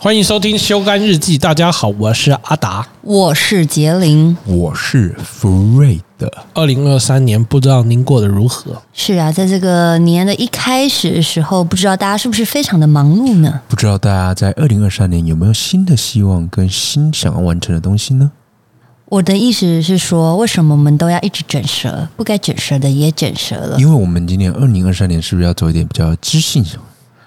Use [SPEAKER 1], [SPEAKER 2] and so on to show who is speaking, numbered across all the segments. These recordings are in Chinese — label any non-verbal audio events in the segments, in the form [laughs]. [SPEAKER 1] 欢迎收听《修干日记》，大家好，我是阿达。
[SPEAKER 2] 我是杰林。
[SPEAKER 3] 我是福瑞的，
[SPEAKER 1] 二零二三年不知道您过得如何？
[SPEAKER 2] 是啊，在这个年的一开始的时候，不知道大家是不是非常的忙碌呢？
[SPEAKER 3] 不知道大家在二零二三年有没有新的希望跟新想要完成的东西呢？
[SPEAKER 2] 我的意思是说，为什么我们都要一直卷舌？不该卷舌的也卷舌了。
[SPEAKER 3] 因为我们今年二零二三年是不是要走一点比较知性？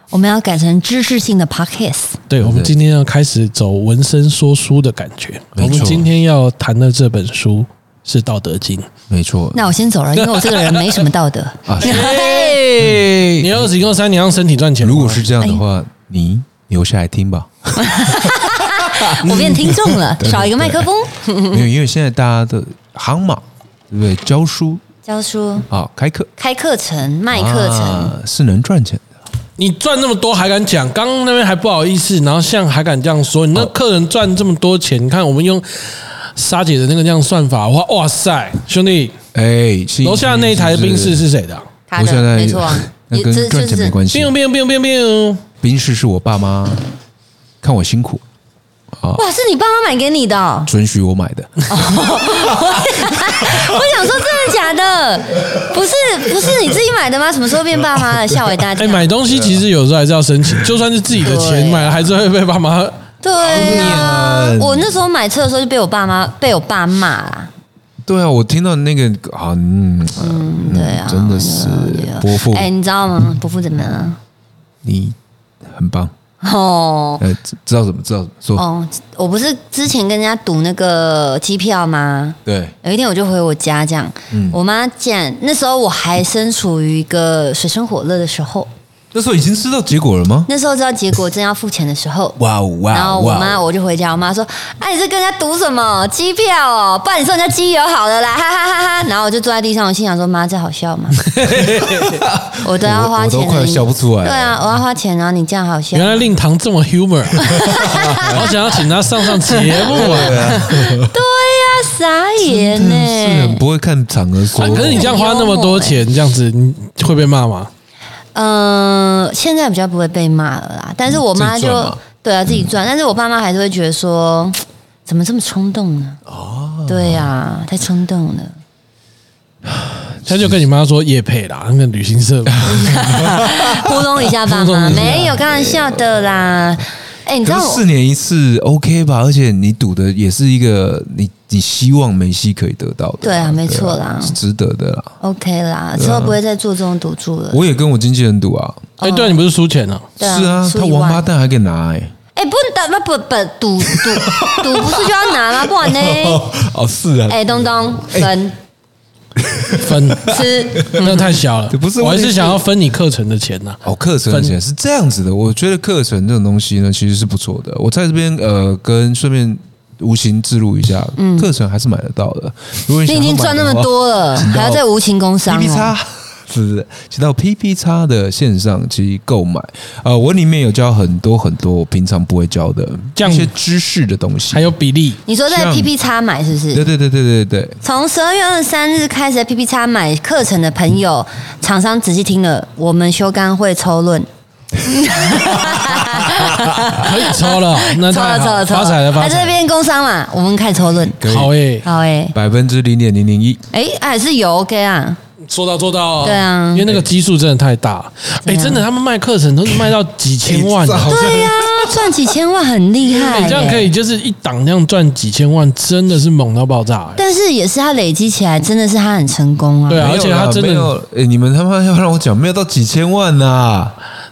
[SPEAKER 2] 我们要改成知识性的 podcast。
[SPEAKER 1] 对我们今天要开始走文身说书的感觉。我
[SPEAKER 3] 没
[SPEAKER 1] 们
[SPEAKER 3] 错
[SPEAKER 1] 今天要谈的这本书是《道德经》。
[SPEAKER 3] 没错，
[SPEAKER 2] 那我先走了，因为我这个人没什么道
[SPEAKER 3] [laughs]
[SPEAKER 2] 德。
[SPEAKER 3] 啊
[SPEAKER 2] 嘿
[SPEAKER 1] 你二零二三，你让身体赚钱吗。
[SPEAKER 3] 如果是这样的
[SPEAKER 2] 哎
[SPEAKER 3] 话，你留下来听
[SPEAKER 2] [laughs]
[SPEAKER 3] 吧。
[SPEAKER 2] 我变听众
[SPEAKER 3] [laughs]
[SPEAKER 2] 了，少一个麦克风。
[SPEAKER 3] 没有，因为现在大家的航马，对不对？教书
[SPEAKER 2] 教书、
[SPEAKER 3] 啊，开课，
[SPEAKER 2] 开课程、卖课程，
[SPEAKER 3] 啊是能赚钱的。
[SPEAKER 1] 你赚那么多还敢讲，刚刚那边还不好意思，然后现在还敢这样说，你那客人赚这么多钱，你看我们用沙姐的那个这样算法，哇哇塞，兄弟，
[SPEAKER 3] 哎，
[SPEAKER 1] 楼下那一台冰室是谁的啊？
[SPEAKER 2] 他
[SPEAKER 3] 我现
[SPEAKER 2] 的
[SPEAKER 3] 在。
[SPEAKER 2] 没错啊
[SPEAKER 3] 那
[SPEAKER 2] 也
[SPEAKER 3] 跟赚钱没关系。
[SPEAKER 1] biu biu biu biu biu，
[SPEAKER 3] 冰室是我爸妈看我辛苦，
[SPEAKER 2] 哇，是你爸妈买给你的哦、
[SPEAKER 3] 准许我买的。
[SPEAKER 2] [laughs] 我想说真的假的？不是不是你自己买的吗？什么时候变爸妈了？吓我一大
[SPEAKER 1] 哎、
[SPEAKER 2] 跳！
[SPEAKER 1] 买东西其实有时候还是要申请，就算是自己的钱
[SPEAKER 2] 对啊
[SPEAKER 1] 买了，还是会被爸妈。
[SPEAKER 2] 对
[SPEAKER 3] 好
[SPEAKER 2] 啊
[SPEAKER 3] 念，
[SPEAKER 2] 我那时候买车的时候就被我爸妈被我爸骂啦。
[SPEAKER 3] 对啊，我听到那个啊，嗯，嗯
[SPEAKER 2] 对啊
[SPEAKER 3] 真的是伯父，
[SPEAKER 2] 哎，你知道吗？伯父怎么了？
[SPEAKER 3] 你很棒，
[SPEAKER 2] 哦
[SPEAKER 3] 呃，知知道怎么知道怎么说，
[SPEAKER 2] 哦，我不是之前跟人家赌那个机票吗？
[SPEAKER 3] 对，
[SPEAKER 2] 有一天我就回我家，这样，
[SPEAKER 3] 嗯
[SPEAKER 2] 我妈竟然那时候我还身处于一个水深火热的时候，
[SPEAKER 3] 那时候已经知道结果了吗？
[SPEAKER 2] 那时候知道结果正要付钱的时候，
[SPEAKER 3] 哇哦哇哦
[SPEAKER 2] 然后我
[SPEAKER 3] 哇哦
[SPEAKER 2] 妈我就回家，我妈说：“哎、你是跟人家赌什么机票哦？不然你送人家机油好了啦，哈哈哈哈！”然后我就坐在地上，我心想说：“妈，这好笑
[SPEAKER 3] [laughs]
[SPEAKER 2] 吗？我都要花
[SPEAKER 3] 我
[SPEAKER 2] 钱
[SPEAKER 3] 都
[SPEAKER 2] 了，
[SPEAKER 3] 快要
[SPEAKER 2] 你
[SPEAKER 3] 笑不出来了
[SPEAKER 2] 对啊，我要花钱，然后你这样好笑
[SPEAKER 1] 原。来令堂这么 humor，啊好想要请他上上节目啊！
[SPEAKER 2] 他傻眼
[SPEAKER 3] 真
[SPEAKER 2] 呢、
[SPEAKER 3] 的是很不会看场合说
[SPEAKER 1] 啊，可是你这样花那么多钱，这样子你会被骂吗？
[SPEAKER 2] 嗯、现在比较不会被骂了啦，但是我妈
[SPEAKER 3] 自己
[SPEAKER 2] 就
[SPEAKER 3] 赚嘛嗯
[SPEAKER 2] 对啊自己赚，但是我爸妈还是会觉得说，怎么这么冲动呢？哦，对呀、啊，太冲动
[SPEAKER 3] [laughs]
[SPEAKER 2] 了。
[SPEAKER 1] 他就跟你妈说叶配啦，那个旅行
[SPEAKER 2] [laughs]
[SPEAKER 1] 社，
[SPEAKER 2] 糊弄一下爸
[SPEAKER 1] 糊弄
[SPEAKER 2] 妈，
[SPEAKER 1] 一下
[SPEAKER 2] 没有开玩笑的啦。哎、你知
[SPEAKER 3] 可
[SPEAKER 2] 道
[SPEAKER 3] 是
[SPEAKER 2] 我
[SPEAKER 3] 四年一次 OK 吧？而且你赌的也是一个你你希望梅西可以得到的，
[SPEAKER 2] 对啊没错啦
[SPEAKER 3] 是值得的啦。
[SPEAKER 2] OK 啦，之后不会再做这种赌注了。
[SPEAKER 3] 啊我也跟我经纪人赌啊，
[SPEAKER 1] 哎，对啊，你不是输钱了？
[SPEAKER 2] 对啊
[SPEAKER 3] 是啊，
[SPEAKER 2] 输
[SPEAKER 3] 他
[SPEAKER 2] 一万
[SPEAKER 3] 王八蛋还给拿哎、
[SPEAKER 2] 哎、不能不不不赌赌赌不是就要拿吗？不然呢？
[SPEAKER 3] [laughs] 哦是啊
[SPEAKER 2] 哎、东东分、 [laughs]
[SPEAKER 1] 分，
[SPEAKER 2] 吃，
[SPEAKER 1] 那太小了
[SPEAKER 3] 这不是，
[SPEAKER 1] 我还
[SPEAKER 3] 问
[SPEAKER 1] 是
[SPEAKER 3] 题
[SPEAKER 1] 想要分你课程的钱呐。
[SPEAKER 3] 哦，课程的钱是这样子的，我觉得课程这种东西呢，其实是不错的。我在这边呃，跟顺便无形置入一下，课程还是买得到的。如果
[SPEAKER 2] 你已经赚那么多了，
[SPEAKER 3] 请到
[SPEAKER 2] 还要再无情工
[SPEAKER 3] 哦，P
[SPEAKER 2] 伤
[SPEAKER 3] P
[SPEAKER 2] 哦。
[SPEAKER 3] 叉。 [laughs] 是不是，请到 P P 叉的线上去购买。呃，我里面有教很多很多我平常不会教的
[SPEAKER 1] 这样
[SPEAKER 3] 一些知识的东西
[SPEAKER 1] 还。有比例，
[SPEAKER 2] 你说在
[SPEAKER 3] 像
[SPEAKER 2] PP 叉买是不是？
[SPEAKER 3] 对对对对对对，
[SPEAKER 2] 从十二月二十三日开始在 PP 叉买课程的朋友，厂商仔细听了，我们修干会抽论，
[SPEAKER 1] 可以抽了，那
[SPEAKER 2] 抽
[SPEAKER 1] 太
[SPEAKER 2] 了抽
[SPEAKER 1] 好
[SPEAKER 2] 了抽
[SPEAKER 1] 发财了，
[SPEAKER 2] 了，
[SPEAKER 1] 发
[SPEAKER 2] 还在
[SPEAKER 1] 财了！
[SPEAKER 2] 这边工商嘛，我们开始抽论。
[SPEAKER 3] 可以
[SPEAKER 1] 好诶，
[SPEAKER 2] 好哎、
[SPEAKER 3] 百分之零点零零一。
[SPEAKER 2] 哎、还是有 OK 啊，
[SPEAKER 1] 说到做到哦，
[SPEAKER 2] 对啊
[SPEAKER 1] 因为那个基数真的太大了。哎，
[SPEAKER 2] 对啊
[SPEAKER 1] 真的，他们卖课程都是卖到几千万的
[SPEAKER 3] 哎这，好像
[SPEAKER 2] 对呀、赚几千万很厉害、
[SPEAKER 1] [laughs] 哎
[SPEAKER 2] 欸
[SPEAKER 1] 你这样可以，就是一档那样赚几千万，真的是猛到爆炸、欸。
[SPEAKER 2] 但是也是他累积起来，真的是他很成功啊。
[SPEAKER 1] 对啊，
[SPEAKER 3] 没
[SPEAKER 1] 而
[SPEAKER 3] 有
[SPEAKER 1] 且
[SPEAKER 3] 啦
[SPEAKER 1] 他真
[SPEAKER 3] 没
[SPEAKER 1] 的，
[SPEAKER 3] 有，哎，你们他妈要让我讲，没有到几千万呐、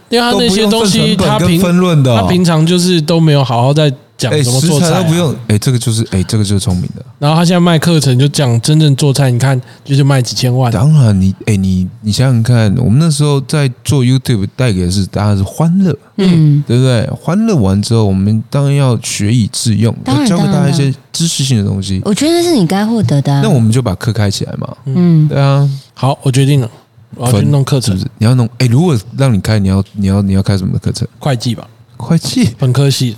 [SPEAKER 1] 因为他那些东西，
[SPEAKER 3] 都不用
[SPEAKER 1] 他
[SPEAKER 3] 分成本跟
[SPEAKER 1] 平
[SPEAKER 3] 分论的哦
[SPEAKER 1] 他平常就是都没有好好在讲
[SPEAKER 3] 哎，
[SPEAKER 1] 怎么
[SPEAKER 3] 食
[SPEAKER 1] 做
[SPEAKER 3] 材
[SPEAKER 1] 菜、啊
[SPEAKER 3] 都不。用，哎，这个就是，哎，这个就是聪明的。
[SPEAKER 1] 然后他现在卖课程，就讲真正做菜，你看就是卖几千万。
[SPEAKER 3] 当然你，哎、你你想想看，我们那时候在做 YouTube，带给的是大家是欢乐，
[SPEAKER 2] 嗯，
[SPEAKER 3] 对不对？欢乐完之后，我们当然要学以致用，
[SPEAKER 2] 当然
[SPEAKER 3] 要教给大
[SPEAKER 2] 当
[SPEAKER 3] 家
[SPEAKER 2] 然
[SPEAKER 3] 一些知识性的东西。
[SPEAKER 2] 我觉得那是你该获得的、啊
[SPEAKER 3] 那。我们就把课开起来嘛，
[SPEAKER 2] 嗯，
[SPEAKER 3] 对啊，
[SPEAKER 1] 好，我决定了，我要去弄课
[SPEAKER 3] 是
[SPEAKER 1] 程
[SPEAKER 3] 不，是？你要弄，哎、如果让你开，你要你要你要开什么课程？
[SPEAKER 1] 会计吧，
[SPEAKER 3] 会计，
[SPEAKER 1] 本科系的。
[SPEAKER 3] [laughs]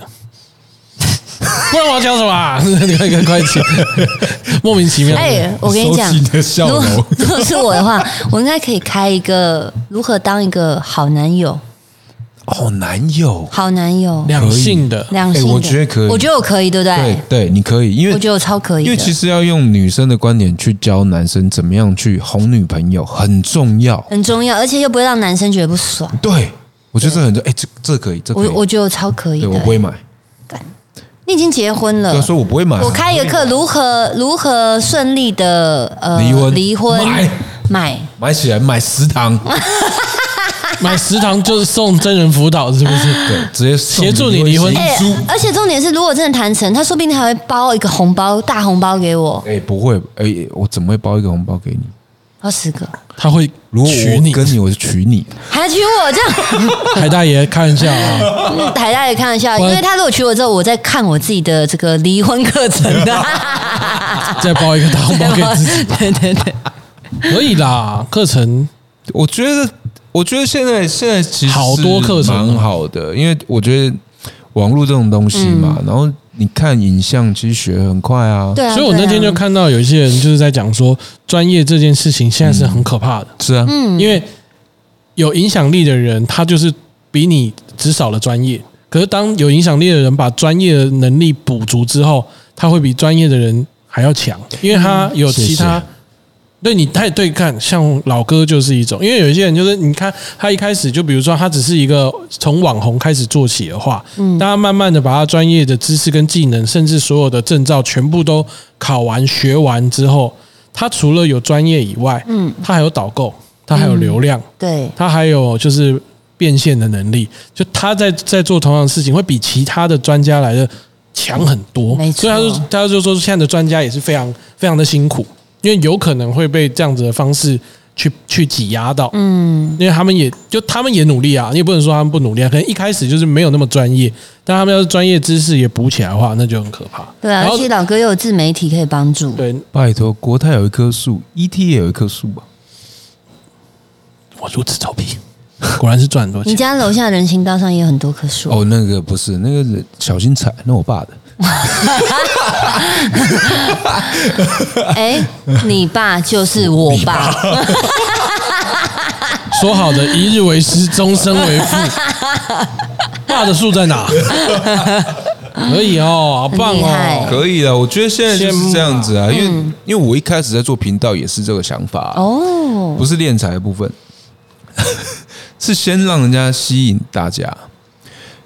[SPEAKER 1] 不然我要讲什么、啊？ [laughs] 你看一个会计，莫名其妙。
[SPEAKER 2] 哎、
[SPEAKER 3] [laughs]
[SPEAKER 2] 我跟你讲
[SPEAKER 3] 收起你的，笑
[SPEAKER 2] 如
[SPEAKER 3] 容
[SPEAKER 2] 果 [laughs] 如果是我的话，我应该可以开一个如何当一个好男友。
[SPEAKER 3] 好难有。
[SPEAKER 2] 好难有
[SPEAKER 1] 两性的，
[SPEAKER 2] 两性的、
[SPEAKER 3] 哎我觉得可以
[SPEAKER 2] 我觉得我可以，对不对？
[SPEAKER 3] 对对，你可以，因为
[SPEAKER 2] 我觉得我超可以
[SPEAKER 3] 因
[SPEAKER 2] 的，
[SPEAKER 3] 为其实要用女生的观点去教男生怎么样去哄女朋友很重要。
[SPEAKER 2] 很重要，而且又不会让男生觉得不爽。
[SPEAKER 3] 对，我觉得这很重要。哎，这这可以，这可以
[SPEAKER 2] 我我觉得我超可以
[SPEAKER 3] 对
[SPEAKER 2] 的
[SPEAKER 3] 我不，会买，
[SPEAKER 2] 你已经结婚了
[SPEAKER 3] 对，。所以呃我不会买。
[SPEAKER 2] 我开一个课，如何如何顺利的呃
[SPEAKER 3] 离婚
[SPEAKER 2] 离婚
[SPEAKER 3] 买
[SPEAKER 2] 买
[SPEAKER 3] 买起来买十 [laughs] 堂，
[SPEAKER 1] 买食堂就是送真人辅导，是不是？
[SPEAKER 3] 对，直接送
[SPEAKER 1] 协助你离婚
[SPEAKER 3] 协议
[SPEAKER 2] 哎、
[SPEAKER 3] 书。
[SPEAKER 2] 而且重点是，如果真的谈成，他说不定还会包一个红包，大红包给我，
[SPEAKER 3] 哎，不会，哎，我怎么会包一个红包给你？
[SPEAKER 2] 包十个，
[SPEAKER 1] 他会
[SPEAKER 3] 如果
[SPEAKER 1] 娶你
[SPEAKER 3] 我，跟你，我是娶你。
[SPEAKER 2] 还娶我这样。
[SPEAKER 1] 海大爷开玩笑啊，
[SPEAKER 2] 嗯 [laughs] 台大也开玩笑，因为他如果娶我之后，我在看我自己的这个离婚课程的，
[SPEAKER 1] [laughs] 再包一个大红包给自
[SPEAKER 2] [laughs]
[SPEAKER 1] 己，
[SPEAKER 2] 对对对，
[SPEAKER 1] 可以啦。课程
[SPEAKER 3] 我觉得，我觉得现在现在其实
[SPEAKER 1] 好多课程哦
[SPEAKER 3] 蛮好的，因为我觉得网络这种东西嘛，然后你看影像，其实学得很快啊。
[SPEAKER 2] 对啊。
[SPEAKER 1] 所以我那天就看到有一些人就是在讲说，专业这件事情现在是很可怕的，
[SPEAKER 3] 是啊，
[SPEAKER 1] 因为有影响力的人，他就是比你只少了专业。可是当有影响力的人把专业的能力补足之后，他会比专业的人还要强，因为他有
[SPEAKER 3] 谢谢
[SPEAKER 1] 其他。对你太对看，像老哥就是一种，因为有一些人就是你看他一开始就比如说他只是一个从网红开始做起的话，嗯，大家慢慢的把他专业的知识跟技能，甚至所有的证照全部都考完学完之后，他除了有专业以外，嗯，他还有导购，他还有流量，
[SPEAKER 2] 对，
[SPEAKER 1] 他还有就是变现的能力，就他在在做同样的事情，会比其他的专家来的强很多。
[SPEAKER 2] 没错
[SPEAKER 1] 所以他就他就说，现在的专家也是非常非常的辛苦，因为有可能会被这样子的方式去去挤压到。嗯，因为他们也就他们也努力啊，你也不能说他们不努力啊，可能一开始就是没有那么专业，但他们要是专业知识也补起来的话，那就很可怕。
[SPEAKER 2] 对啊，
[SPEAKER 1] 然
[SPEAKER 2] 而
[SPEAKER 1] 后
[SPEAKER 2] 且老哥又有自媒体可以帮助，
[SPEAKER 1] 对，
[SPEAKER 3] 拜托，国泰有一棵树，ET 也有一棵树吧？
[SPEAKER 1] 我如此臭屁，果然是赚很多
[SPEAKER 2] 你
[SPEAKER 1] 钱。
[SPEAKER 2] 家楼下人行道上也有很多棵树，
[SPEAKER 3] 哦，那个不是，那个人小心踩，那我爸的。
[SPEAKER 2] 哎、你爸就是我爸，
[SPEAKER 1] [laughs] 说好的一日为师，终身为
[SPEAKER 2] [laughs]
[SPEAKER 1] 父，爸的树在哪？可以哦，好棒
[SPEAKER 2] 很厉害
[SPEAKER 1] 哦！
[SPEAKER 3] 可以啊，我觉得现在就
[SPEAKER 1] 羡慕
[SPEAKER 3] 是
[SPEAKER 1] 啊
[SPEAKER 3] 这样子啊，因为、因为我一开始在做频道也是这个想法、啊，
[SPEAKER 2] 哦，
[SPEAKER 3] 不是敛财的部分， [laughs] 是先让人家吸引大家，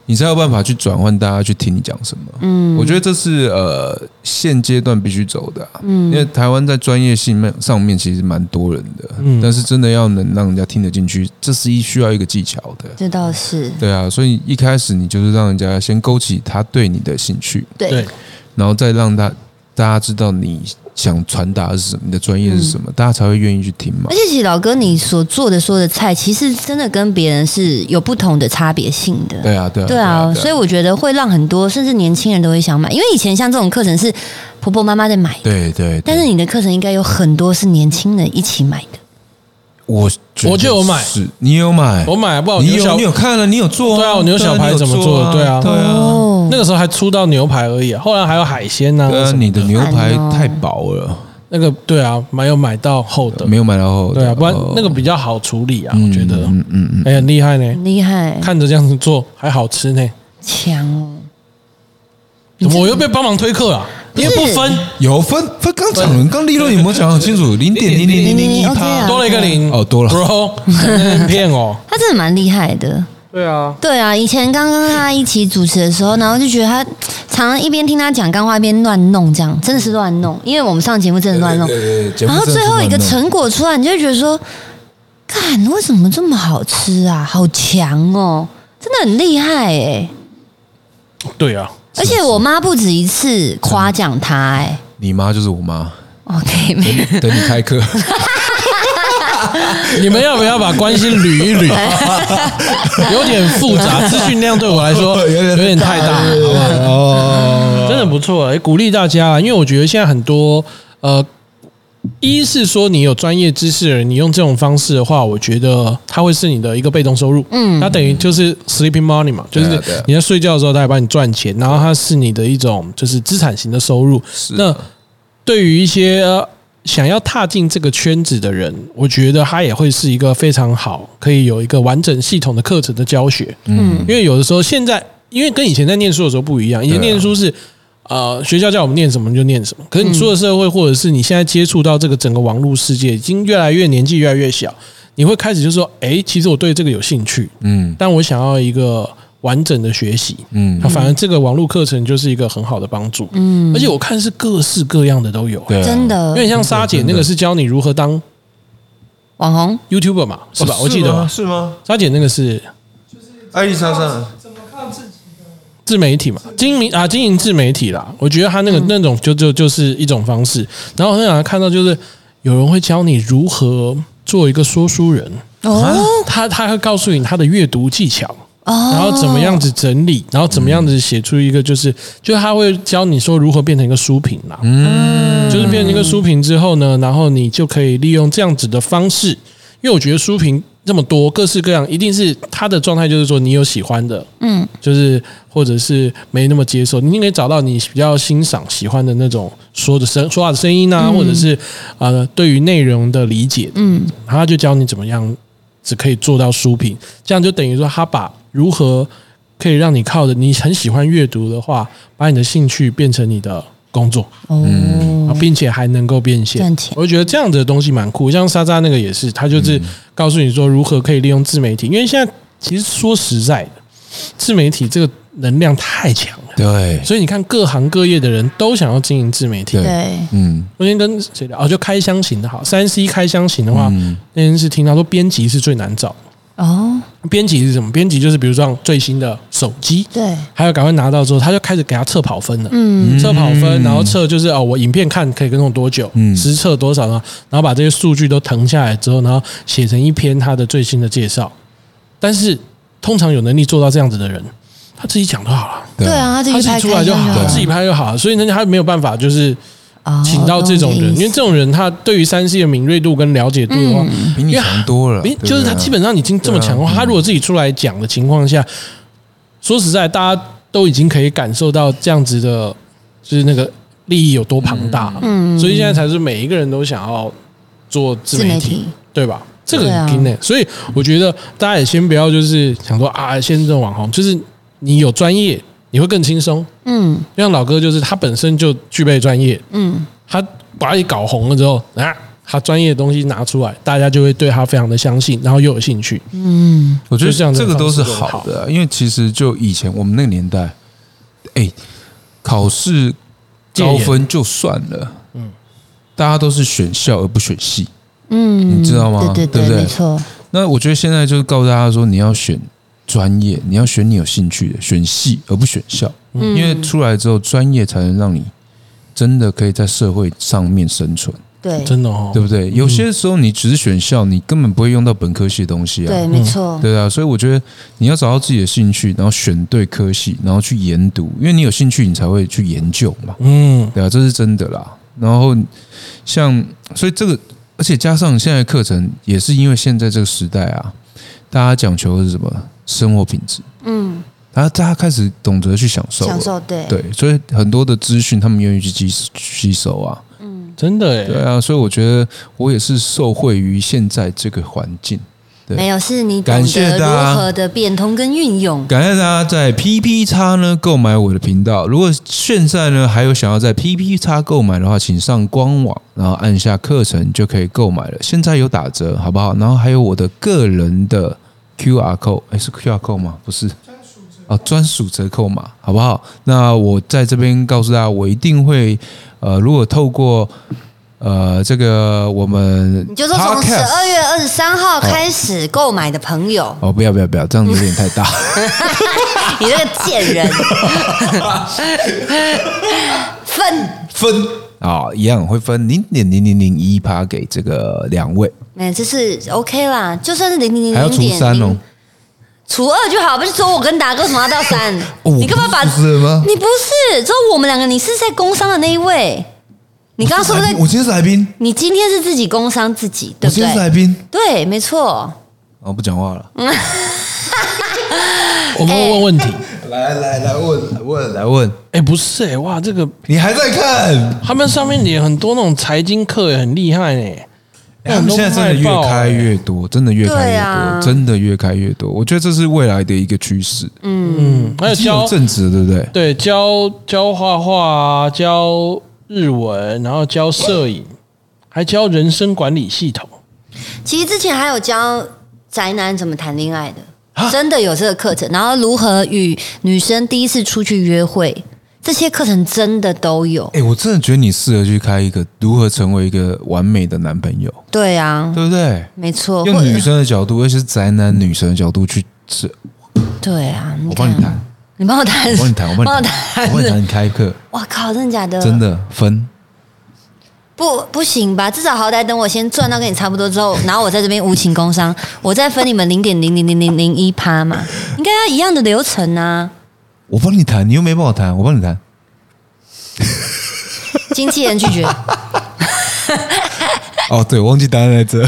[SPEAKER 3] 你才有办法去转换大家去听你讲什么。嗯，我觉得这是呃现阶段必须走的、啊，嗯，因为台湾在专业性面上面其实蛮多人的，嗯，但是真的要能让人家听得进去，这是一需要一个技巧的。
[SPEAKER 2] 这倒是
[SPEAKER 3] 对啊，所以一开始你就是让人家先勾起他对你的兴趣，
[SPEAKER 2] 对
[SPEAKER 1] 对，
[SPEAKER 3] 然后再让他大家知道你想传达的是什么，你的专业是什么，大家才会愿意去听嘛
[SPEAKER 2] 而。且，其实老哥，你所做的所有的菜，其实真的跟别人是有不同的差别性的。
[SPEAKER 3] 对啊，对啊，
[SPEAKER 2] 对啊，所以
[SPEAKER 3] 以
[SPEAKER 2] 我觉得会让很多甚至年轻人都会想买，因为以前像这种课程是婆婆妈妈在买的，
[SPEAKER 3] 对对，
[SPEAKER 2] 但是你的课程应该有很多是年轻人一起买的。
[SPEAKER 3] 我
[SPEAKER 1] 我就有买
[SPEAKER 3] 是你有买，
[SPEAKER 1] 我买不好
[SPEAKER 3] 你
[SPEAKER 1] 牛
[SPEAKER 3] 有
[SPEAKER 1] 小
[SPEAKER 3] 你有看了，你有做
[SPEAKER 1] 对啊我牛小排怎么做
[SPEAKER 3] 对
[SPEAKER 1] 对
[SPEAKER 3] 啊
[SPEAKER 1] 啊
[SPEAKER 3] 对啊，
[SPEAKER 2] 哦
[SPEAKER 1] 那，个时候还出到牛排而已啊，后来还有海鲜呐
[SPEAKER 3] 对啊，
[SPEAKER 1] 什么
[SPEAKER 3] 你的牛排太薄了，
[SPEAKER 1] 那个对啊，没有买到厚的，
[SPEAKER 3] 没有买到后的，
[SPEAKER 1] 对啊，不然
[SPEAKER 3] 哦
[SPEAKER 1] 那个比较好处理啊，我觉得
[SPEAKER 3] 嗯嗯嗯，
[SPEAKER 1] 哎很厉害呢，
[SPEAKER 2] 很厉害，
[SPEAKER 1] 看着这样子做还好吃呢，
[SPEAKER 2] 强哦！
[SPEAKER 1] 怎么我又被帮忙推客了？因为不分
[SPEAKER 3] 有分分刚讲了，刚利润有没有讲很清楚？零点零零零零一
[SPEAKER 2] OK 啊
[SPEAKER 3] 趴，
[SPEAKER 1] 多了一个零
[SPEAKER 3] 哦多
[SPEAKER 2] [laughs]
[SPEAKER 3] 了
[SPEAKER 1] ，bro 在那边骗哦，
[SPEAKER 2] 他真的蛮厉害的。
[SPEAKER 1] 对啊，
[SPEAKER 2] 对啊，以前刚跟他一起主持的时候，然后就觉得他常常一边听他讲干话，一边乱弄，这样真的是乱弄，因为我们上节目真的乱弄。
[SPEAKER 3] 对对对节目
[SPEAKER 2] 然后
[SPEAKER 3] 真的
[SPEAKER 2] 最
[SPEAKER 3] 是
[SPEAKER 2] 后一个
[SPEAKER 3] 乱弄
[SPEAKER 2] 成果出来，你就会觉得说，看为什么这么好吃啊，好强哦，真的很厉害哎、
[SPEAKER 1] 对啊，
[SPEAKER 2] 而且我妈不止一次夸奖他哎、
[SPEAKER 3] 你妈就是我妈，
[SPEAKER 2] OK，没人
[SPEAKER 3] 等你开课。
[SPEAKER 1] 你们要不要把关系捋一 [laughs] 捋？有点复杂，资讯量对我来说 [laughs] 有点太大，好不好？
[SPEAKER 3] 哦，
[SPEAKER 1] 真的不错，也鼓励大家啊，因为我觉得现在很多呃，一是说你有专业知识的人，你用这种方式的话，我觉得它会是你的一个被动收入，嗯，它等于就是 sleeping money 嘛，就
[SPEAKER 3] 对
[SPEAKER 1] 是
[SPEAKER 3] 啊对啊
[SPEAKER 1] 你在睡觉的时候，它也帮你赚钱，然
[SPEAKER 3] 啊
[SPEAKER 1] 后它是你的一种就是资产型的收入，那对于一些呃想要踏进这个圈子的人，我觉得他也会是一个非常好，可以有一个完整系统的课程的教学。
[SPEAKER 3] 嗯，
[SPEAKER 1] 因为有的时候现在，因为跟以前在念书的时候不
[SPEAKER 3] 啊
[SPEAKER 1] 一样，以前念书是。呃，学校叫我们念什么就念什么。可是你出了社会，或者是你现在接触到这个整个网络世界，已经越来越年纪越来越小，你会开始就说：“诶，其实我对这个有兴趣，
[SPEAKER 3] 嗯
[SPEAKER 1] 但我想要一个完整的学习。”
[SPEAKER 3] 嗯
[SPEAKER 1] 那，反而这个网络课程就是一个很好的帮助。嗯，而且我看是各式各样的都有、
[SPEAKER 3] 对啊，
[SPEAKER 2] 真
[SPEAKER 1] 有
[SPEAKER 2] 的
[SPEAKER 1] 点像莎姐那个是教你如何当
[SPEAKER 2] 网红
[SPEAKER 1] YouTuber 嘛，是吧？
[SPEAKER 3] 哦
[SPEAKER 1] 我记得
[SPEAKER 3] 吗
[SPEAKER 1] 吧
[SPEAKER 3] 是吗？
[SPEAKER 1] 莎姐那个是
[SPEAKER 3] 艾丽莎莎，
[SPEAKER 1] 自媒体嘛，经营啊，经营自媒体啦。我觉得他那个、那种就就就是一种方式。然后我很想看到就是有人会教你如何做一个说书人，
[SPEAKER 3] 啊
[SPEAKER 2] 哦
[SPEAKER 1] 他他会告诉你他的阅读技巧。
[SPEAKER 2] 哦，
[SPEAKER 1] 然后怎么样子整理，然后怎么样子写出一个，就是就是他会教你说如何变成一个书评啦，嗯，就是变成一个书评之后呢，然后你就可以利用这样子的方式，因为我觉得书评这么多，各式各样，一定是他的状态就是说你有喜欢的，
[SPEAKER 2] 嗯，
[SPEAKER 1] 就是或者是没那么接受，你应该找到你比较欣赏、喜欢的那种说的声、说话的声音啊，
[SPEAKER 2] 嗯
[SPEAKER 1] 或者是呃对于内容的理解，嗯，他就教你怎么样只可以做到书评，这样就等于说他把如何可以让你靠着你很喜欢阅读的话，把你的兴趣变成你的工作，
[SPEAKER 2] 哦
[SPEAKER 3] 嗯
[SPEAKER 1] 啊，并且还能够变现
[SPEAKER 2] 赚钱
[SPEAKER 1] 我就觉得这样子的东西蛮酷，像莎莎那个也是，他就是告诉你说如何可以利用自媒体，因为现在其实说实在的，自媒体这个能量太强了，
[SPEAKER 3] 对，
[SPEAKER 1] 所以你看各行各业的人都想要经营自媒体
[SPEAKER 3] 对。
[SPEAKER 2] 对
[SPEAKER 3] 嗯，
[SPEAKER 1] 昨天跟谁聊？哦，就开箱型的好，三 C 开箱型的话，
[SPEAKER 3] 嗯
[SPEAKER 1] 那天是听到说编辑是最难找的。
[SPEAKER 2] 哦
[SPEAKER 1] 编辑是什么？编辑就是比如说最新的手机，
[SPEAKER 2] 对
[SPEAKER 1] 还有赶快拿到之后，他就开始给他测跑分了。
[SPEAKER 2] 嗯
[SPEAKER 1] 测跑分，然后测就是哦，我影片看可以跟踪多久，
[SPEAKER 3] 嗯
[SPEAKER 1] 实测多少呢？然后把这些数据都腾下来之后，然后写成一篇他的最新的介绍。但是通常有能力做到这样子的人，他自己讲就好了，
[SPEAKER 2] 对啊，他自
[SPEAKER 1] 他自
[SPEAKER 2] 己
[SPEAKER 1] 己
[SPEAKER 2] 拍
[SPEAKER 1] 出来就好了，
[SPEAKER 3] 对啊
[SPEAKER 1] 自己拍就好了。所以呢，他没有办法就是
[SPEAKER 2] 哦
[SPEAKER 1] 请到这种人，因为这
[SPEAKER 2] 种
[SPEAKER 1] 种人他对于三 C 的敏锐度跟了解度的话，
[SPEAKER 2] 嗯
[SPEAKER 3] 比你强多了
[SPEAKER 1] 诶，
[SPEAKER 3] 对不
[SPEAKER 1] 就是
[SPEAKER 3] 对
[SPEAKER 1] 他基本上已经这么强的话，
[SPEAKER 3] 对啊嗯
[SPEAKER 1] 他如果自己出来讲的情况下，说实在，大家都已经可以感受到这样子的，就是那个利益有多庞大了。
[SPEAKER 2] 嗯
[SPEAKER 1] 所以现在才是每一个人都想要做自
[SPEAKER 2] 自
[SPEAKER 1] 媒
[SPEAKER 2] 媒
[SPEAKER 1] 体
[SPEAKER 2] 体，
[SPEAKER 1] 对吧？这个
[SPEAKER 2] 对啊
[SPEAKER 1] 很拼呢、所以我觉得大家也先不要就是想说啊，先这种网红，就是你有专业，你会更轻松。
[SPEAKER 2] 嗯
[SPEAKER 1] 就像老哥，就是他本身就具备专业，
[SPEAKER 2] 嗯
[SPEAKER 1] 他把你搞红了之后啊，他专业的东西拿出来，大家就会对他非常的相信，然后又有兴趣。
[SPEAKER 2] 嗯
[SPEAKER 3] 我觉得
[SPEAKER 1] 就这样的
[SPEAKER 3] 这个都是
[SPEAKER 1] 方式就
[SPEAKER 3] 好的啊、因为其实就以前我们那个年代，哎，考试高分就算了，嗯，大家都是选校而不选系。
[SPEAKER 2] 嗯，
[SPEAKER 3] 你知道吗
[SPEAKER 2] 对
[SPEAKER 3] 对不对
[SPEAKER 2] 没错，
[SPEAKER 3] 那我觉得现在就是告诉大家说，你要选专业，你要选你有兴趣的，选系而不选校，
[SPEAKER 2] 嗯
[SPEAKER 3] 因为出来之后，专业才能让你真的可以在社会上面生存，
[SPEAKER 2] 对
[SPEAKER 1] 真的哦，
[SPEAKER 3] 对不对？有些时候你只是选校，你根本不会用到本科系的东西啊。
[SPEAKER 2] 对，没错，
[SPEAKER 3] 对啊，所以我觉得你要找到自己的兴趣，然后选对科系，然后去研读，因为你有兴趣，你才会去研究嘛。
[SPEAKER 1] 嗯，
[SPEAKER 3] 对啊，这是真的啦。然后像，所以这个，而且加上现在的课程，也是因为现在这个时代啊，大家讲求的是什么？生活品质，
[SPEAKER 2] 嗯，
[SPEAKER 3] 然后大家开始懂得去享受了，
[SPEAKER 2] 享受对，
[SPEAKER 3] 对，所以很多的资讯他们愿意去吸吸收啊，
[SPEAKER 2] 嗯
[SPEAKER 1] 真的
[SPEAKER 3] 对
[SPEAKER 1] 哎，
[SPEAKER 3] 啊，所以我觉得我也是受惠于现在这个环境。对
[SPEAKER 2] 没有是你
[SPEAKER 3] 感
[SPEAKER 2] 懂
[SPEAKER 3] 谢
[SPEAKER 2] 得
[SPEAKER 3] 大家
[SPEAKER 2] 如何的变通跟运用，
[SPEAKER 3] 感谢大家在 PP 叉呢购买我的频道。如果现在呢还有想要在 PP 叉购买的话，请上官网，然后按下课程就可以购买了。现在有打折，好不好？然后还有我的个人的 QR code，哎，是 QR code 吗？不是。啊，专属折扣码，好不好？那我在这边告诉大家，我一定会，呃，如果透过，呃，这个我们
[SPEAKER 2] 你就说从十
[SPEAKER 3] Podcast
[SPEAKER 2] 二月二十三号开始购买的朋友， [laughs]
[SPEAKER 3] 哦，不要不要不要，这样子有点太大。
[SPEAKER 2] 你这个贱
[SPEAKER 3] [laughs]
[SPEAKER 2] 人， [laughs] 愤，
[SPEAKER 3] 分啊、一样会分零点零零零一趴给这个两位，
[SPEAKER 2] 哎，这是 OK 啦，就算是零零
[SPEAKER 3] 还要
[SPEAKER 2] 零
[SPEAKER 3] 除
[SPEAKER 2] 点
[SPEAKER 3] 三哦。
[SPEAKER 2] 除二就好，不是说我跟达哥什么要到三，
[SPEAKER 3] 哦
[SPEAKER 2] 你干嘛把
[SPEAKER 3] 我不是主持啊人吗
[SPEAKER 2] 你不是，只有我们两个，你是在工商的那一位，你刚刚说不对
[SPEAKER 3] 哎我，今天是来宾，
[SPEAKER 2] 你今天是自己工商自己，
[SPEAKER 3] 我
[SPEAKER 2] 对不嗯
[SPEAKER 3] 今天是来
[SPEAKER 2] 对？
[SPEAKER 3] 宾，
[SPEAKER 2] 对，没错。嗯
[SPEAKER 3] 哦，不讲话了，
[SPEAKER 1] 我们会问问题，
[SPEAKER 3] 来来来问来问来问，
[SPEAKER 1] 哎、不是哎、哇，这个
[SPEAKER 3] 你还在看？
[SPEAKER 1] 他们上面也很多那种财经课也很厉害呢、
[SPEAKER 3] 哎他们现在真的越开越多，真的越开
[SPEAKER 2] 对
[SPEAKER 3] 越
[SPEAKER 2] 啊
[SPEAKER 3] 多，真的越开越多。我觉得这是未来的一个趋势。嗯，
[SPEAKER 1] 嗯，还有教
[SPEAKER 3] 有正职，对不对？
[SPEAKER 1] 对教教画画啊，教日文，然后教摄影，还教人生管理系统。
[SPEAKER 2] 其实之前还有教宅男怎么谈恋爱
[SPEAKER 3] 啊
[SPEAKER 2] 的，真的有这个课程，然后如何与女生第一次出去约会，这些课程真的都有。
[SPEAKER 3] 哎，我真的觉得你适合去开一个如何成为一个完美的男朋友，
[SPEAKER 2] 对啊，
[SPEAKER 3] 对不对？
[SPEAKER 2] 没错，
[SPEAKER 3] 用
[SPEAKER 2] 或
[SPEAKER 3] 女生的角度，而且是宅男女生的角度去吃，
[SPEAKER 2] 对啊，
[SPEAKER 3] 我
[SPEAKER 2] 看
[SPEAKER 3] 帮你谈，，
[SPEAKER 2] 你帮我谈，
[SPEAKER 3] 我帮你谈，我
[SPEAKER 2] 帮
[SPEAKER 3] 帮
[SPEAKER 2] 我
[SPEAKER 3] 你谈，我帮你
[SPEAKER 2] 谈。嗯
[SPEAKER 3] 谈开课，
[SPEAKER 2] 哇靠，真的假的？
[SPEAKER 3] 真的分。
[SPEAKER 2] 不不行吧？至少好歹等我先赚到跟你差不多之后，然后我在这边无情工伤，我再分你们零点零零零零零一趴嘛，应该要一样的流程啊。
[SPEAKER 3] 我帮你谈，你又没帮我谈，我帮你谈。
[SPEAKER 2] 经纪人拒绝，
[SPEAKER 3] 哦，对，我忘记答案
[SPEAKER 2] [laughs]
[SPEAKER 3] 在这。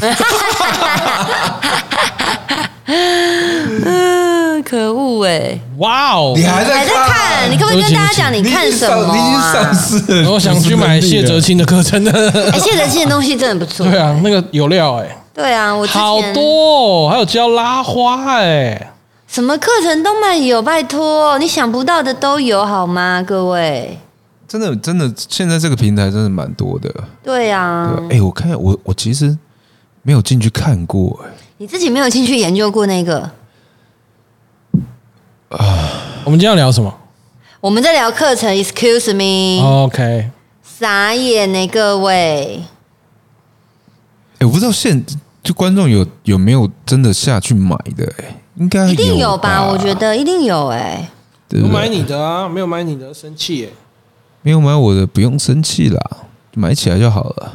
[SPEAKER 2] 嗯，可恶哎、
[SPEAKER 1] 哇哦！
[SPEAKER 3] 你还在啊
[SPEAKER 2] 还在看？你可不可以跟大家讲你看什么、
[SPEAKER 3] 你已经
[SPEAKER 2] 啊
[SPEAKER 3] 丧？失了。
[SPEAKER 1] 我想去买谢哲青的课程的。
[SPEAKER 2] 哎、谢哲庆的东西真的不错。
[SPEAKER 1] 对啊，那个有料哎、
[SPEAKER 2] 对啊，我之前
[SPEAKER 1] 好多、哦，还有教拉花哎、
[SPEAKER 2] 什么课程都没有，拜托，你想不到的都有好吗，各位？
[SPEAKER 3] 真的真的，现在这个平台真的蛮多的。
[SPEAKER 2] 对啊，
[SPEAKER 3] 哎、我看我我其实没有进去看过、哎
[SPEAKER 2] 你自己没有进去研究过那个？
[SPEAKER 1] 我们今天要聊什么、
[SPEAKER 2] 我们在聊课程，excuse
[SPEAKER 3] 哦
[SPEAKER 2] me，、
[SPEAKER 1] o k
[SPEAKER 2] 傻眼呢、欸各位。
[SPEAKER 3] 哎、我不知道现就观众有有没有真的下去买的、哎，应该
[SPEAKER 2] 一定有吧？
[SPEAKER 3] 吧？
[SPEAKER 2] 我觉得一定有哎、
[SPEAKER 3] 对不
[SPEAKER 1] 我
[SPEAKER 3] 对
[SPEAKER 1] 买你的啊，没有买你的生气欸 [laughs] 耶、
[SPEAKER 3] 没有买我的不用生气啦，买起来就好了。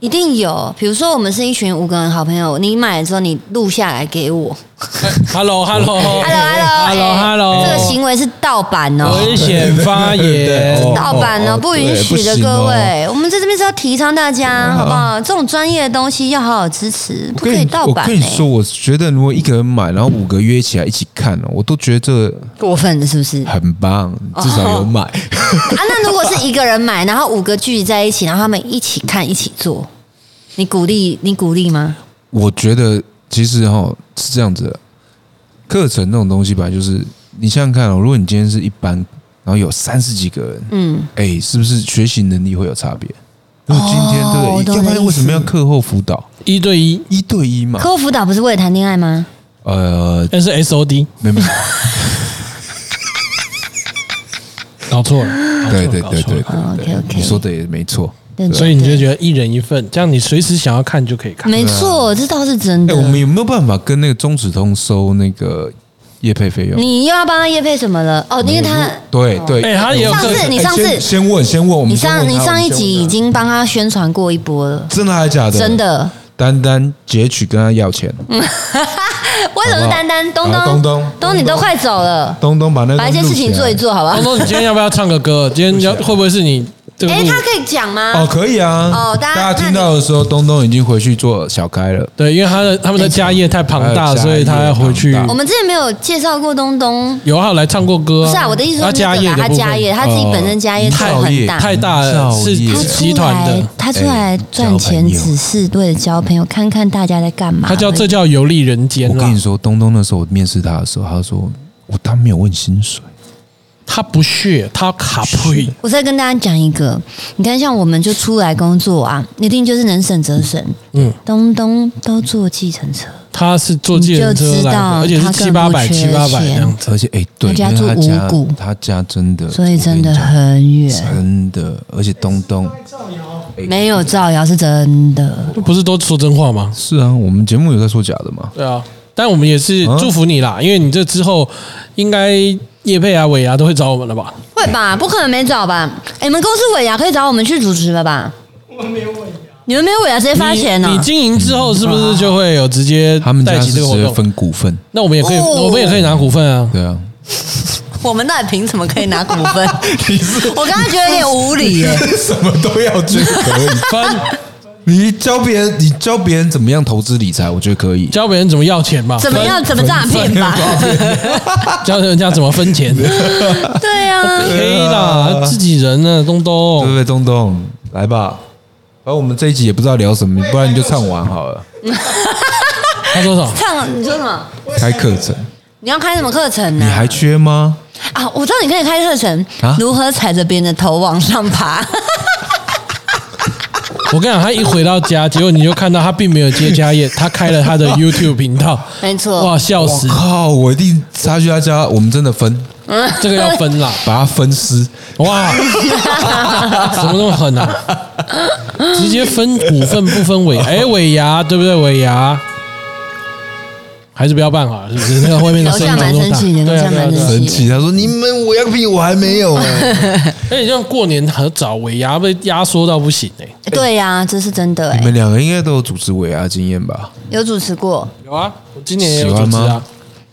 [SPEAKER 2] 一定有。比如说，我们是一群五个人好朋友，你买了之后，你录下来给我。
[SPEAKER 1] 哎
[SPEAKER 3] 哎
[SPEAKER 1] Hello，Hello，Hello，Hello，Hello，哎
[SPEAKER 2] Hello，Hello，Hello，这个行为是盗版哦。
[SPEAKER 1] 危险发言。
[SPEAKER 3] 哎哦
[SPEAKER 2] 盗版
[SPEAKER 3] 哦
[SPEAKER 2] 哦，
[SPEAKER 3] 哦
[SPEAKER 2] 不允
[SPEAKER 3] 对
[SPEAKER 2] 许的，
[SPEAKER 3] 不行哦哎
[SPEAKER 2] 各位，我们在这边是要提倡大家，好不好？这种专业的东西要好好支持，不
[SPEAKER 3] 我
[SPEAKER 2] 可
[SPEAKER 3] 跟
[SPEAKER 2] 以
[SPEAKER 3] 你
[SPEAKER 2] 盗
[SPEAKER 3] 我
[SPEAKER 2] 版
[SPEAKER 3] 跟你说，
[SPEAKER 2] 欸，
[SPEAKER 3] 我觉得如果一个人买，然后五个约起来一起看哦，我都觉得这
[SPEAKER 2] 过分了是不
[SPEAKER 3] [laughs]
[SPEAKER 2] 是？啊，啊
[SPEAKER 3] 很棒，至少有
[SPEAKER 2] [laughs]
[SPEAKER 3] 买。
[SPEAKER 2] 那如果是一个人买，然后五个聚集在一起，然后他们一起看，一起做，你鼓励你鼓励吗？
[SPEAKER 3] 我觉得其实哈、是这样子的，课程那种东西吧，就是你想想看哦，如果你今天是一班，然后有三十几个人，
[SPEAKER 2] 嗯，
[SPEAKER 3] 哎、是不是学习能力会有差别？如果今天、
[SPEAKER 2] 哦我懂
[SPEAKER 3] 对不对？要不
[SPEAKER 2] 你的
[SPEAKER 3] 然
[SPEAKER 2] 意
[SPEAKER 3] 为什么
[SPEAKER 2] 思
[SPEAKER 3] 要课后辅导
[SPEAKER 1] 一对一，
[SPEAKER 3] 一对一嘛？
[SPEAKER 2] 客户辅导不是为了谈恋爱吗？
[SPEAKER 3] 呃，
[SPEAKER 1] 但是 SOD
[SPEAKER 3] 没没，
[SPEAKER 1] 搞错了，搞错了
[SPEAKER 3] 对对对对对，
[SPEAKER 1] 搞错了
[SPEAKER 2] [laughs] 哦
[SPEAKER 3] 对
[SPEAKER 2] OK，OK
[SPEAKER 3] 你说的也没错。
[SPEAKER 2] 对
[SPEAKER 1] 所以你就觉得一人一份，这样你随时想要看就可以看。
[SPEAKER 2] 没错，这倒是真
[SPEAKER 3] 啊哎、
[SPEAKER 2] 的。
[SPEAKER 3] 我们有没有办法跟那个中指通收那个业配费用？
[SPEAKER 2] 你又要帮他叶配什么了？哦，因为他
[SPEAKER 3] 对对，
[SPEAKER 1] 哎他也有
[SPEAKER 3] 我
[SPEAKER 1] 上次
[SPEAKER 3] 哎
[SPEAKER 2] 你上次
[SPEAKER 3] 先先问先问我们
[SPEAKER 2] 你
[SPEAKER 3] 先问
[SPEAKER 2] 上
[SPEAKER 3] 他，
[SPEAKER 2] 你上一集已
[SPEAKER 3] 我们先问啊
[SPEAKER 2] 经帮他宣传过一波了，
[SPEAKER 3] 他真的还是假的？
[SPEAKER 2] 真，的。
[SPEAKER 3] 丹丹截取跟他要钱，
[SPEAKER 2] 嗯为什么是丹丹
[SPEAKER 3] 好
[SPEAKER 2] 东
[SPEAKER 3] 不
[SPEAKER 2] 东
[SPEAKER 3] 好好东东
[SPEAKER 2] 东，你都快走了，
[SPEAKER 3] 东东把那个
[SPEAKER 2] 把一件事情做一
[SPEAKER 3] 录哦
[SPEAKER 2] 做，好吧
[SPEAKER 1] 东？东，你今天要不要唱个歌？
[SPEAKER 3] [laughs]
[SPEAKER 1] 今天要会不会是你这个
[SPEAKER 2] 哎，
[SPEAKER 1] 录？
[SPEAKER 2] 他可以讲
[SPEAKER 3] 起来。哦，
[SPEAKER 2] 吗？
[SPEAKER 3] 可以啊。
[SPEAKER 2] 哦大
[SPEAKER 3] 大
[SPEAKER 2] 家
[SPEAKER 3] 听到的时候，东东已经回去做小开了。
[SPEAKER 1] 对，因为他的他们的家业太庞大，
[SPEAKER 3] 哎家业
[SPEAKER 1] 所以他要回去。
[SPEAKER 3] 庞大
[SPEAKER 2] 我们之前没有介绍过东东，
[SPEAKER 1] 有啊，来唱过歌
[SPEAKER 2] 不
[SPEAKER 1] 啊。
[SPEAKER 2] 是啊，我的意思说
[SPEAKER 1] 他家
[SPEAKER 2] 那
[SPEAKER 1] 业
[SPEAKER 2] 个
[SPEAKER 1] 的
[SPEAKER 2] 啦
[SPEAKER 1] 部
[SPEAKER 2] 他
[SPEAKER 1] 分
[SPEAKER 2] 家业，他自己本身家业
[SPEAKER 3] 哦
[SPEAKER 2] 做得很大。
[SPEAKER 1] 太大了，
[SPEAKER 3] 造
[SPEAKER 1] 是
[SPEAKER 3] 业
[SPEAKER 2] 他
[SPEAKER 1] 是集
[SPEAKER 2] 出
[SPEAKER 1] 团
[SPEAKER 2] 来
[SPEAKER 1] 的。，
[SPEAKER 2] 他出
[SPEAKER 3] 哎
[SPEAKER 2] 来赚钱只是为了交朋友，看看大家在干嘛。
[SPEAKER 1] 他叫这叫游历人间啊
[SPEAKER 3] 我跟
[SPEAKER 1] 啦
[SPEAKER 3] 你，说，东东那时候我面试他的时候，他说我他没有问薪水，
[SPEAKER 1] 他不屑，他卡呸，
[SPEAKER 2] 我再跟大家讲一个，你看，像我们就出来工作啊，一定就是能省则省。
[SPEAKER 1] 嗯
[SPEAKER 2] 嗯，东东都坐计程车，
[SPEAKER 1] 他是坐计程车
[SPEAKER 2] 你就知
[SPEAKER 1] 来的，
[SPEAKER 2] 道
[SPEAKER 1] 而且是
[SPEAKER 2] 他
[SPEAKER 1] 七
[SPEAKER 2] 更
[SPEAKER 1] 八
[SPEAKER 2] 不
[SPEAKER 1] 百、
[SPEAKER 2] 缺
[SPEAKER 1] 七八百
[SPEAKER 2] 钱
[SPEAKER 1] 这样子。
[SPEAKER 3] 而且哎，对，
[SPEAKER 2] 他家
[SPEAKER 3] 因为他
[SPEAKER 2] 住
[SPEAKER 3] 家
[SPEAKER 2] 五股
[SPEAKER 3] 他家真的，
[SPEAKER 2] 所以真的
[SPEAKER 3] 我跟你讲
[SPEAKER 2] 很远，
[SPEAKER 3] 真的，而且东东
[SPEAKER 2] 没有造谣是真的。
[SPEAKER 1] 不是都说真话吗？
[SPEAKER 3] 是啊，我们节目有在说假的嘛？
[SPEAKER 1] 对啊，但我们也是
[SPEAKER 3] 啊
[SPEAKER 1] 祝福你啦，因为你这之后应该叶佩啊、尾牙都会找我们了吧？
[SPEAKER 2] 会吧？不可能没找吧？哎你们公司尾牙可以找我们去主持了吧？我们没有尾牙，你们没有尾牙直接发钱呢、啊
[SPEAKER 1] 你你经营之后是不是就会有直接
[SPEAKER 3] 啊他们
[SPEAKER 1] 带
[SPEAKER 3] 家
[SPEAKER 1] 起
[SPEAKER 3] 是
[SPEAKER 1] 这
[SPEAKER 3] 直
[SPEAKER 1] 个活
[SPEAKER 3] 接
[SPEAKER 1] 动？
[SPEAKER 3] 分股份，
[SPEAKER 1] 那我们也可以，
[SPEAKER 2] 哦
[SPEAKER 1] 我们也可以拿股份啊。
[SPEAKER 3] [laughs] 对啊，
[SPEAKER 2] 我们到底凭什么可以拿股份？
[SPEAKER 1] [laughs]
[SPEAKER 3] 你是 [laughs]
[SPEAKER 2] 我刚刚觉得有点无理耶、
[SPEAKER 3] 什么都要去可以，
[SPEAKER 1] 分
[SPEAKER 3] 你教别人，你教别人怎么样投资理财，我觉得可以。
[SPEAKER 1] 教别人怎么要钱嘛，
[SPEAKER 2] 怎么样？
[SPEAKER 1] 分
[SPEAKER 2] 怎么诈骗吧？
[SPEAKER 1] 教人家怎么分钱
[SPEAKER 2] 对啊，
[SPEAKER 1] [laughs] ，OK 啦，自己人呢，东
[SPEAKER 3] 对不
[SPEAKER 1] 东，
[SPEAKER 3] 对，东东？来吧，反正我们这一集也不知道聊什么，不然你就唱完好了。
[SPEAKER 1] 他说什么？
[SPEAKER 2] 唱你说什么？
[SPEAKER 3] 开课程，
[SPEAKER 2] 你要开什么课程
[SPEAKER 3] 你
[SPEAKER 2] 呢、
[SPEAKER 3] 还缺吗？
[SPEAKER 2] 啊？我知道你可以开课程，
[SPEAKER 3] 啊
[SPEAKER 2] 如何踩着别人的头往上爬。
[SPEAKER 1] 我跟你讲，他一回到家，结果你就看到他并没有接家业，他开了他
[SPEAKER 3] [laughs]
[SPEAKER 1] 的 YouTube 频道，
[SPEAKER 2] 没错
[SPEAKER 1] 哇，笑
[SPEAKER 3] 我
[SPEAKER 1] 死，
[SPEAKER 3] 靠！我一定杀去他家，我们真的分，
[SPEAKER 1] 这个要分啦，
[SPEAKER 3] 把他分尸。
[SPEAKER 2] [laughs]
[SPEAKER 1] 哇，怎么那么狠啊？直接分股份不分尾，哎，尾牙对不对？尾牙还是不要办好了，是不
[SPEAKER 2] [laughs]
[SPEAKER 1] 是？那个外面的声音
[SPEAKER 2] 楼下蛮
[SPEAKER 1] 怎么
[SPEAKER 2] 生气
[SPEAKER 1] 那么
[SPEAKER 2] 的
[SPEAKER 1] 大对啊对啊
[SPEAKER 2] 楼下蛮
[SPEAKER 1] 对啊
[SPEAKER 2] 生气
[SPEAKER 3] 神奇，他说：“你们我要屁，我还没有、欸。
[SPEAKER 1] 而且像过年很早，尾牙被压缩到不行哎、
[SPEAKER 2] 对呀、这是真的哎、欸
[SPEAKER 3] 你们两个应该都有主持尾牙经验吧？
[SPEAKER 2] 有主持过，
[SPEAKER 1] 有啊，我今年也有主
[SPEAKER 3] 喜
[SPEAKER 1] 持
[SPEAKER 3] 欢
[SPEAKER 1] 啊
[SPEAKER 3] 吗。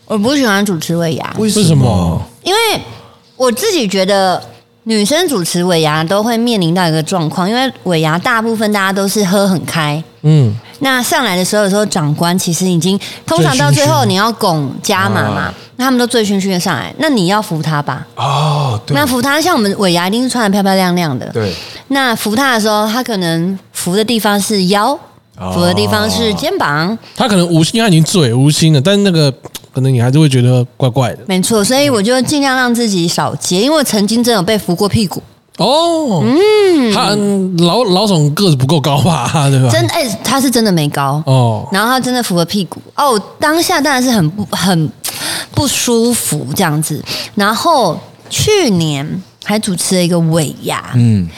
[SPEAKER 2] 我不喜欢主持尾牙，
[SPEAKER 1] 为什么？
[SPEAKER 2] 因为我自己觉得女生主持尾牙都会面临到一个状况，因为尾牙大部分大家都是喝很开，
[SPEAKER 1] 嗯，
[SPEAKER 2] 那上来的时候，有时候长官其实已经通常到最后你要拱加码
[SPEAKER 3] 啊
[SPEAKER 2] 嘛，那他们都醉醺醺的上来，那你要扶他吧？
[SPEAKER 3] 哦，对
[SPEAKER 2] 那扶他，像我们尾牙一定是穿的漂漂亮亮的，
[SPEAKER 3] 对，
[SPEAKER 2] 那扶他的时候，他可能扶的地方是腰，
[SPEAKER 3] 哦
[SPEAKER 2] 扶的地方是肩膀，
[SPEAKER 1] 他可能无心，他已经醉无心了，但是那个可能你还是会觉得怪怪的
[SPEAKER 2] 没错。所以我就尽量让自己少接，因为我曾经真的有被扶过屁股，
[SPEAKER 1] 哦。嗯，他嗯老老总个子不够高吧， [laughs] 对吧？
[SPEAKER 2] 真的，哎、他是真的没高，
[SPEAKER 1] 啊哦，
[SPEAKER 2] 然后他真的扶了屁股，哦，我当下当然是很不很不舒服这样子。然后去年还主持了一个尾牙，
[SPEAKER 3] 嗯，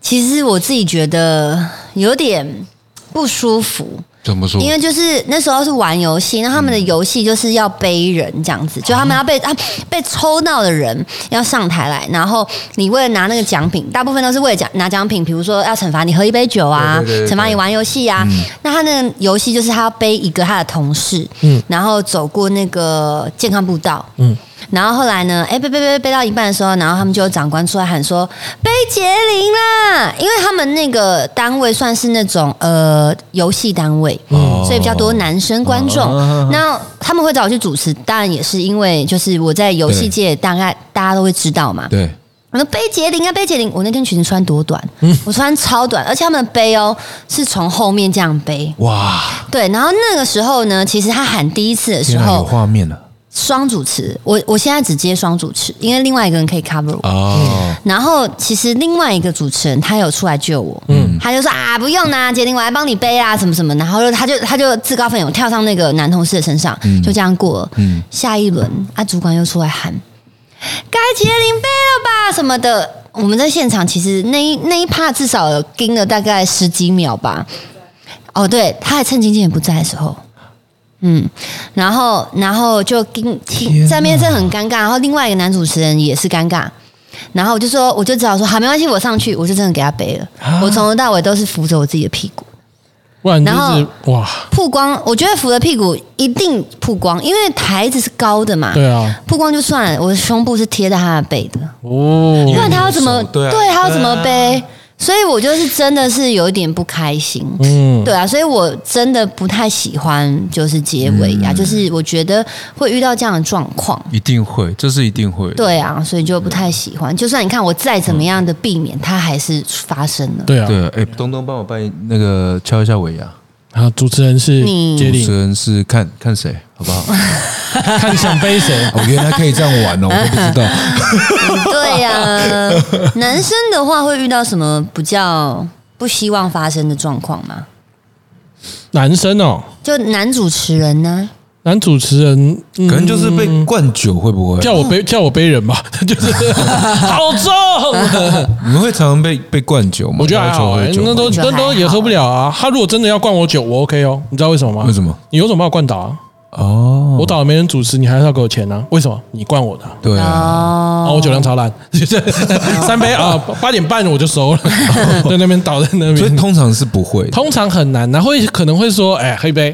[SPEAKER 2] 其实我自己觉得有点不舒服，
[SPEAKER 3] 怎么说
[SPEAKER 2] 因为就是那时候是玩游戏，那他们的游戏就是要背人这样
[SPEAKER 3] 嗯
[SPEAKER 2] 子，就他们要被啊被抽到的人要上台来，然后你为了拿那个奖品，大部分都是为了奖拿奖品，比如说要惩罚你喝一杯酒啊
[SPEAKER 3] 对对对，嗯对
[SPEAKER 2] 惩罚你玩游戏啊。那他那个游戏就是他要背一个他的同事，
[SPEAKER 1] 嗯
[SPEAKER 2] 然后走过那个健康步道，
[SPEAKER 1] 嗯，
[SPEAKER 2] 然后后来呢，哎，背背背背到一半的时候，然后他们就有长官出来喊说背杰林啦，因为他们那个单位算是那种呃游戏单位，
[SPEAKER 3] 哦
[SPEAKER 2] 所以比较多男生观众。
[SPEAKER 3] 哦
[SPEAKER 2] 那他们会找我去主持，当然也是因为就是我在游戏界大概大家都会知道嘛。
[SPEAKER 3] 对，
[SPEAKER 2] 我说背杰林啊，背杰林，我那天裙子穿多短，
[SPEAKER 3] 嗯
[SPEAKER 2] 我穿超短，而且他们的背哦是从后面这样背。
[SPEAKER 3] 哇，
[SPEAKER 2] 对，然后那个时候呢，其实他喊第一次的时
[SPEAKER 3] 天啊，有
[SPEAKER 2] 候，
[SPEAKER 3] 画面了
[SPEAKER 2] 双主持，我我现在只接双主持，因为另外一个人可以 cover
[SPEAKER 1] 啊
[SPEAKER 2] 我。
[SPEAKER 1] 嗯
[SPEAKER 3] 哦，
[SPEAKER 2] 然后其实另外一个主持人他有出来救我，
[SPEAKER 1] 嗯
[SPEAKER 2] 他就说啊不用啦，杰林我来帮你背啊什么什么，然后他就他就自告奋勇跳上那个男同事的身上，就这样过了。
[SPEAKER 3] 嗯
[SPEAKER 2] 下一轮啊，主管又出来喊该杰林背了吧什么的。我们在现场其实那一那一趴至少有盯了大概十几秒吧。哦，对，他还趁经纪人不在的时候。嗯，然后，然后就盯
[SPEAKER 3] 天
[SPEAKER 2] 听
[SPEAKER 3] 哪
[SPEAKER 2] 在面是很尴尬，然后另外一个男主持人也是尴尬，然后我就说，我就只好说好，没关系，我上去，我就真的给他背了。
[SPEAKER 3] 啊
[SPEAKER 2] 我从头到尾都是扶着我自己的屁股，
[SPEAKER 1] 不然就
[SPEAKER 2] 然后
[SPEAKER 1] 是哇，
[SPEAKER 2] 曝光，我觉得扶着屁股一定曝光，因为台子是高的嘛，
[SPEAKER 1] 对啊，
[SPEAKER 2] 曝光就算了，我的胸部是贴在他的背的，
[SPEAKER 1] 哦
[SPEAKER 2] 不，然他要怎么
[SPEAKER 3] 手对啊
[SPEAKER 2] 对他要怎么
[SPEAKER 3] 对啊
[SPEAKER 2] 背？所以我就是真的是有一点不开心。
[SPEAKER 1] 嗯，
[SPEAKER 2] 对啊，所以我真的不太喜欢就是结尾
[SPEAKER 1] 嗯
[SPEAKER 2] 呀、就是我觉得会遇到这样的状况。
[SPEAKER 3] 一定会，这是一定会的。
[SPEAKER 2] 对啊，所以就不太喜欢。就算你看我再怎么样的避免，它还是发生了。
[SPEAKER 1] 对啊，
[SPEAKER 3] 对，哎，东东帮我办那个敲一下尾牙，
[SPEAKER 1] 然后主持人是
[SPEAKER 2] 你
[SPEAKER 1] 杰
[SPEAKER 3] 主
[SPEAKER 1] 林
[SPEAKER 3] 持，人是看看谁，好不好？
[SPEAKER 1] 看想背谁，
[SPEAKER 3] [laughs] 哦，原来可以这样玩哦，我都不知道。
[SPEAKER 2] [laughs] 对呀、
[SPEAKER 1] [laughs]
[SPEAKER 2] 男生的话会遇到什么比较不希望发生的状况吗？
[SPEAKER 1] 男生哦，
[SPEAKER 2] 就男主持人呢、
[SPEAKER 1] 男主持人，嗯
[SPEAKER 3] 可能就是被灌酒，会不会？
[SPEAKER 1] 叫我背叫我背人吧， [laughs] 就是
[SPEAKER 3] [laughs]
[SPEAKER 1] 好重。
[SPEAKER 3] 你们会常常被被灌酒吗？
[SPEAKER 1] 我觉得还好、
[SPEAKER 3] 要
[SPEAKER 1] 欸
[SPEAKER 3] 求喝，酒吗
[SPEAKER 1] 那都
[SPEAKER 2] 我觉得
[SPEAKER 1] 那
[SPEAKER 2] 还
[SPEAKER 1] 都也喝不了啊。他如果真的要灌我酒，我 OK 哦。你知道为什么吗？
[SPEAKER 3] 为什么？
[SPEAKER 1] 你有种把我灌倒啊！
[SPEAKER 3] 哦，
[SPEAKER 1] 我倒了没人主持，你还是要给我钱啊？为什么？你灌我的啊、
[SPEAKER 3] 对啊，
[SPEAKER 2] 哦
[SPEAKER 1] 啊，我酒量超烂， [laughs] 就是三杯啊，八点半我就收了，
[SPEAKER 2] [laughs]
[SPEAKER 1] 在那边倒在那
[SPEAKER 2] 嗯
[SPEAKER 3] 所以
[SPEAKER 1] 边。
[SPEAKER 3] 通常是不会的
[SPEAKER 1] 通常很难然后可能会说，哎，喝一杯，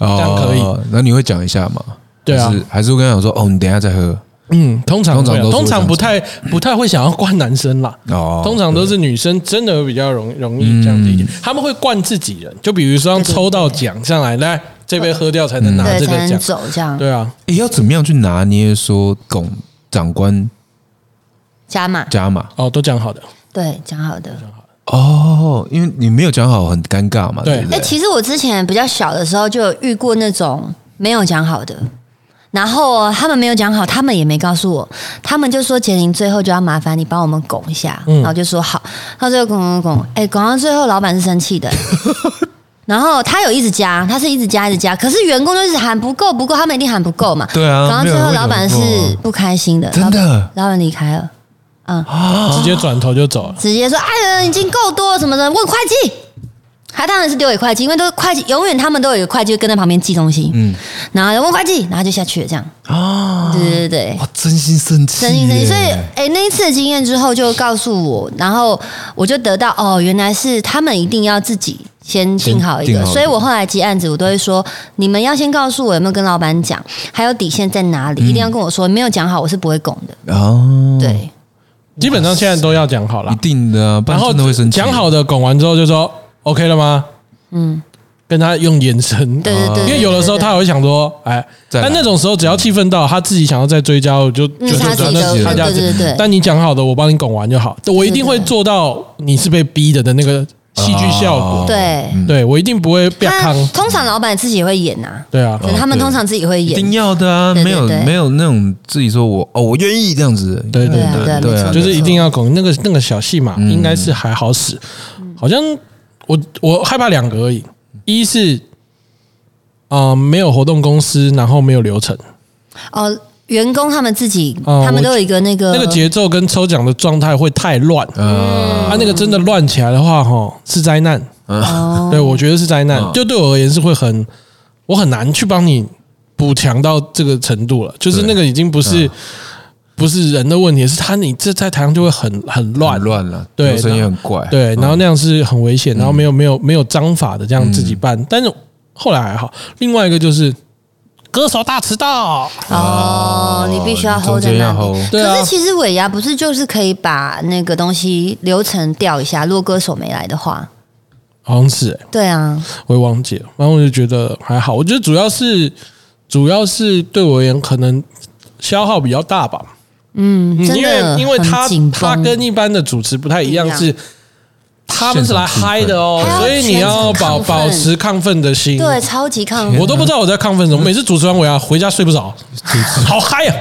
[SPEAKER 3] 哦
[SPEAKER 1] 样可以。
[SPEAKER 3] 那你会讲一下吗？
[SPEAKER 1] 对啊
[SPEAKER 3] 还是还是我跟他讲说，哦，你等一下再喝。
[SPEAKER 1] 嗯，通常
[SPEAKER 3] 通常
[SPEAKER 1] 会啊
[SPEAKER 3] 都是会
[SPEAKER 1] 通
[SPEAKER 3] 这
[SPEAKER 1] 常
[SPEAKER 3] 样子
[SPEAKER 1] 不太不太会想要灌男生啦。
[SPEAKER 3] 哦嗯
[SPEAKER 1] 通常都是女生真的比较容容易这样子一点，他们会灌自己人，就比如说像抽到奖上来，来这杯喝掉才能拿
[SPEAKER 2] 嗯
[SPEAKER 1] 这
[SPEAKER 2] 对，
[SPEAKER 1] 个
[SPEAKER 2] 才能
[SPEAKER 1] 奖，
[SPEAKER 2] 走这样
[SPEAKER 1] 对啊，
[SPEAKER 3] 诶要怎么样去拿捏说拱长官
[SPEAKER 2] 加码，
[SPEAKER 3] 加码？
[SPEAKER 1] 哦，都讲好的，
[SPEAKER 2] 对，讲好的。
[SPEAKER 3] 哦，因为你没有讲好，很尴尬嘛，
[SPEAKER 1] 对
[SPEAKER 3] 对不
[SPEAKER 2] 哎、
[SPEAKER 3] 对？
[SPEAKER 2] 其实我之前比较小的时候就有遇过那种没有讲好的，然后他们没有讲好，他们也没告诉我，他们就说杰林最后就要麻烦你帮我们拱一下，
[SPEAKER 1] 嗯
[SPEAKER 2] 然后就说好，他最后拱拱拱，哎、拱到最后老板是生
[SPEAKER 3] [laughs]
[SPEAKER 2] 气的。然后他有一直加，他是一直加一直加，可是员工就是喊不够不够，他们一定喊不够嘛。
[SPEAKER 3] 对啊
[SPEAKER 2] 然后最
[SPEAKER 3] 没有人
[SPEAKER 2] 后
[SPEAKER 3] 会
[SPEAKER 2] 老板
[SPEAKER 3] 讲
[SPEAKER 2] 是
[SPEAKER 3] 不够啊
[SPEAKER 2] 不开心的，
[SPEAKER 3] 真的
[SPEAKER 2] 老板老板离开了，
[SPEAKER 3] 啊
[SPEAKER 1] 直接转头就走了。
[SPEAKER 2] 直接说：“哎呀，已经够多了，什么的，问会计。”他当然是丢给会计，因为都会计永远他们都有一个会计跟在旁边记东西，嗯，然后问会计，然后就下去了，这样，
[SPEAKER 3] 啊，
[SPEAKER 2] 对对对，
[SPEAKER 3] 哇，真心生气耶，
[SPEAKER 2] 真心真心。所以，哎，那一次的经验之后就告诉我，然后我就得到哦，原来是他们一定要自己先定好一
[SPEAKER 3] 先定
[SPEAKER 2] 个，
[SPEAKER 3] 好一个
[SPEAKER 2] 所以我后来接案子，我都会说，你们要先告诉我有没有跟老板讲，还有底线在哪
[SPEAKER 3] 嗯
[SPEAKER 2] 里，一定要跟我说，没有讲好我是不会拱的，
[SPEAKER 3] 哦，
[SPEAKER 2] 对，
[SPEAKER 1] 基本上现在都要讲好
[SPEAKER 3] 一
[SPEAKER 1] 了，
[SPEAKER 3] 定的啊，不
[SPEAKER 1] 然
[SPEAKER 3] 然
[SPEAKER 1] 后
[SPEAKER 3] 真的会生气。
[SPEAKER 1] 讲好的拱完之后就说 OK 了吗？
[SPEAKER 2] 嗯，
[SPEAKER 1] 跟他用眼神，
[SPEAKER 2] 对对对对，
[SPEAKER 1] 因为有的时候
[SPEAKER 2] 对对
[SPEAKER 1] 他还会想说，哎，
[SPEAKER 3] 再来
[SPEAKER 1] 但那种时候只要气氛到他自己想要再追加，我就
[SPEAKER 2] 嗯
[SPEAKER 1] 就
[SPEAKER 2] 他自己
[SPEAKER 1] 就
[SPEAKER 2] 的
[SPEAKER 1] 就他家
[SPEAKER 2] 对对对对
[SPEAKER 1] 但你讲好的，我帮你拱完就好，我一定会做到你是被逼的的那个戏剧效
[SPEAKER 3] 哦
[SPEAKER 1] 果。
[SPEAKER 2] 对
[SPEAKER 3] 嗯
[SPEAKER 1] 对我一定不会变
[SPEAKER 2] 那
[SPEAKER 1] 康。
[SPEAKER 2] 通常老板自己也会演呐、
[SPEAKER 1] 对啊，
[SPEAKER 2] 可能他们通常自己会
[SPEAKER 3] 一
[SPEAKER 2] 演，
[SPEAKER 3] 定要的啊，
[SPEAKER 2] 对对
[SPEAKER 3] 没有
[SPEAKER 2] 对
[SPEAKER 3] 没有那种自己说我哦，我愿意这样子，
[SPEAKER 1] 对对
[SPEAKER 2] 对啊
[SPEAKER 3] 对
[SPEAKER 2] 没
[SPEAKER 3] 啊，
[SPEAKER 2] 错
[SPEAKER 1] 就是一定要拱那个那个小戏码，
[SPEAKER 3] 嗯
[SPEAKER 1] 应该是还好使。
[SPEAKER 2] 嗯
[SPEAKER 1] 好像我我害怕两个而已，一是啊、呃没有活动公司，然后没有流程，
[SPEAKER 2] 哦，员工他们自己，
[SPEAKER 1] 哦
[SPEAKER 2] 他们都有一个那个
[SPEAKER 1] 那个节奏跟抽奖的状态会太乱。
[SPEAKER 2] 嗯
[SPEAKER 3] 啊，
[SPEAKER 1] 啊，那个真的乱起来的话，哈，是灾难。
[SPEAKER 2] 哦，
[SPEAKER 1] [laughs] 对，我觉得是灾难
[SPEAKER 3] 嗯。
[SPEAKER 1] 就对我而言是会很，我很难去帮你补强到这个程度了。就是
[SPEAKER 3] 对
[SPEAKER 1] 那个已经不是
[SPEAKER 3] 嗯
[SPEAKER 1] 不是人的问题，是他你这在台上就会很很乱
[SPEAKER 3] 很。乱了，
[SPEAKER 1] 对
[SPEAKER 3] 流程也很怪，
[SPEAKER 1] 对，
[SPEAKER 2] 嗯
[SPEAKER 1] 然后那样是很危险，然后没有没有没有章法的这样自
[SPEAKER 2] 嗯
[SPEAKER 1] 己办，但是后来还好。另外一个就是歌手大迟到，
[SPEAKER 2] 哦，你必须要
[SPEAKER 3] 你
[SPEAKER 2] hold
[SPEAKER 3] 中
[SPEAKER 2] 在
[SPEAKER 3] 间
[SPEAKER 2] 那
[SPEAKER 3] 要
[SPEAKER 2] 里。
[SPEAKER 3] hold
[SPEAKER 1] 对啊
[SPEAKER 2] 可是其实尾牙不是就是可以把那个东西流程调一下，如果歌手没来的话，
[SPEAKER 1] 好像是、欸
[SPEAKER 2] 对啊，
[SPEAKER 1] 我也忘记了。然后我就觉得还好，我觉得主要是主要是对我而言可能消耗比较大吧，
[SPEAKER 2] 嗯，
[SPEAKER 1] 嗯
[SPEAKER 2] 真
[SPEAKER 1] 因
[SPEAKER 2] 的
[SPEAKER 1] 为因为他
[SPEAKER 2] 很紧绷
[SPEAKER 1] 他跟一般的主持不太一样
[SPEAKER 2] 不一样
[SPEAKER 1] 是。他们是来嗨的哦
[SPEAKER 2] 现场，气氛
[SPEAKER 1] 所以你要
[SPEAKER 2] 还
[SPEAKER 1] 保
[SPEAKER 2] 要全场亢奋
[SPEAKER 1] 保持亢奋的心。
[SPEAKER 2] 对超级亢奋，
[SPEAKER 1] 我都不知道我在亢奋什么。每次主持完我要回家睡不着，好嗨啊呀！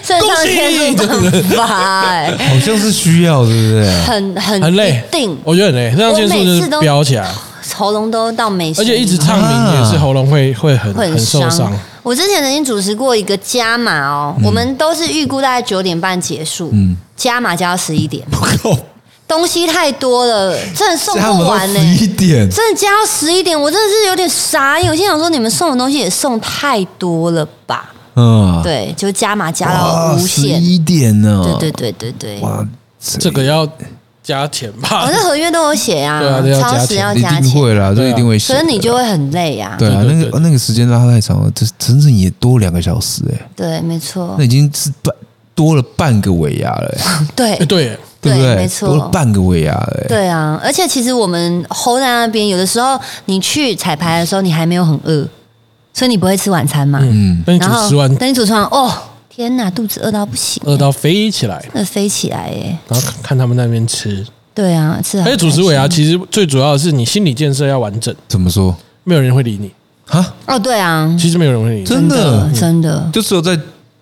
[SPEAKER 2] 肾上腺素
[SPEAKER 1] [laughs]
[SPEAKER 2] 很发，哎
[SPEAKER 3] 好像是需要，对不对？
[SPEAKER 2] 很很
[SPEAKER 1] 很累
[SPEAKER 2] 一定，
[SPEAKER 1] 我觉得很累，肾上腺素就
[SPEAKER 2] 我每
[SPEAKER 1] 是
[SPEAKER 2] 次都
[SPEAKER 1] 飙起来，
[SPEAKER 2] 喉咙都到没声
[SPEAKER 1] 而
[SPEAKER 2] 音，
[SPEAKER 1] 且一直唱名
[SPEAKER 3] 啊
[SPEAKER 1] 也是喉咙会会很
[SPEAKER 2] 会
[SPEAKER 1] 很受伤。。
[SPEAKER 2] 我之前曾经主持过一个加码哦，
[SPEAKER 3] 嗯
[SPEAKER 2] 我们都是预估大概九点半结束，加码加到十一点，
[SPEAKER 3] 不
[SPEAKER 1] [laughs]
[SPEAKER 3] 够，
[SPEAKER 2] 东西太多了，真的送
[SPEAKER 3] [laughs] 加不欸
[SPEAKER 2] 不
[SPEAKER 3] 到
[SPEAKER 2] 完呢、
[SPEAKER 3] 十一点，
[SPEAKER 2] 真的加到十一点，我真的是有点傻眼。我心想说，你们送的东西也送太多了吧？
[SPEAKER 3] 嗯，
[SPEAKER 2] 对，就加码加到无
[SPEAKER 3] 十
[SPEAKER 2] 限。
[SPEAKER 3] 一点呢，
[SPEAKER 2] 对对对对对，哦
[SPEAKER 3] 哇，
[SPEAKER 1] 这个要加钱吧
[SPEAKER 2] 我？那合约都有写啊
[SPEAKER 1] 对啊对，要加
[SPEAKER 2] 超
[SPEAKER 1] 钱
[SPEAKER 2] 时要
[SPEAKER 3] 一
[SPEAKER 2] 加
[SPEAKER 3] 定
[SPEAKER 2] 钱，
[SPEAKER 3] 会啦，这
[SPEAKER 1] 对啊
[SPEAKER 3] 一定会写
[SPEAKER 2] 所
[SPEAKER 3] 的，
[SPEAKER 2] 以你就会很累啊。
[SPEAKER 3] 对啊，
[SPEAKER 1] 对对
[SPEAKER 3] 那
[SPEAKER 1] 对
[SPEAKER 3] 个那个时间拉太长了，这整整也多两个小时哎，
[SPEAKER 2] 对，没错
[SPEAKER 3] 那，已经是半多了半个尾牙了，
[SPEAKER 2] [laughs]
[SPEAKER 3] 哎
[SPEAKER 1] 哎
[SPEAKER 2] 对
[SPEAKER 1] 对，
[SPEAKER 3] 对不对？
[SPEAKER 2] 没错
[SPEAKER 3] 多了半个尾牙了，哎
[SPEAKER 2] 对啊，而且其实我们 hold 在那边，有的时候你去彩排的时候，你还没有很饿，所以你不会吃晚餐嘛。
[SPEAKER 3] 嗯，
[SPEAKER 1] 那你主
[SPEAKER 2] 然后
[SPEAKER 1] 持完
[SPEAKER 2] 等你主持完，哦，天哪，肚子饿到不行，
[SPEAKER 1] 饿到飞起来，
[SPEAKER 2] 那飞起来耶！
[SPEAKER 1] 然后看他们那边吃。
[SPEAKER 2] 对啊，吃好
[SPEAKER 1] 而
[SPEAKER 2] 开
[SPEAKER 1] 且
[SPEAKER 2] 心。
[SPEAKER 1] 主持尾牙其实最主要的是你心理建设要完整，
[SPEAKER 3] 怎么说
[SPEAKER 1] 没有人会理你，
[SPEAKER 3] 啊？
[SPEAKER 2] 哦，对啊，
[SPEAKER 1] 其实没有人会理你。
[SPEAKER 3] 真的
[SPEAKER 2] 嗯真的
[SPEAKER 3] 就只有在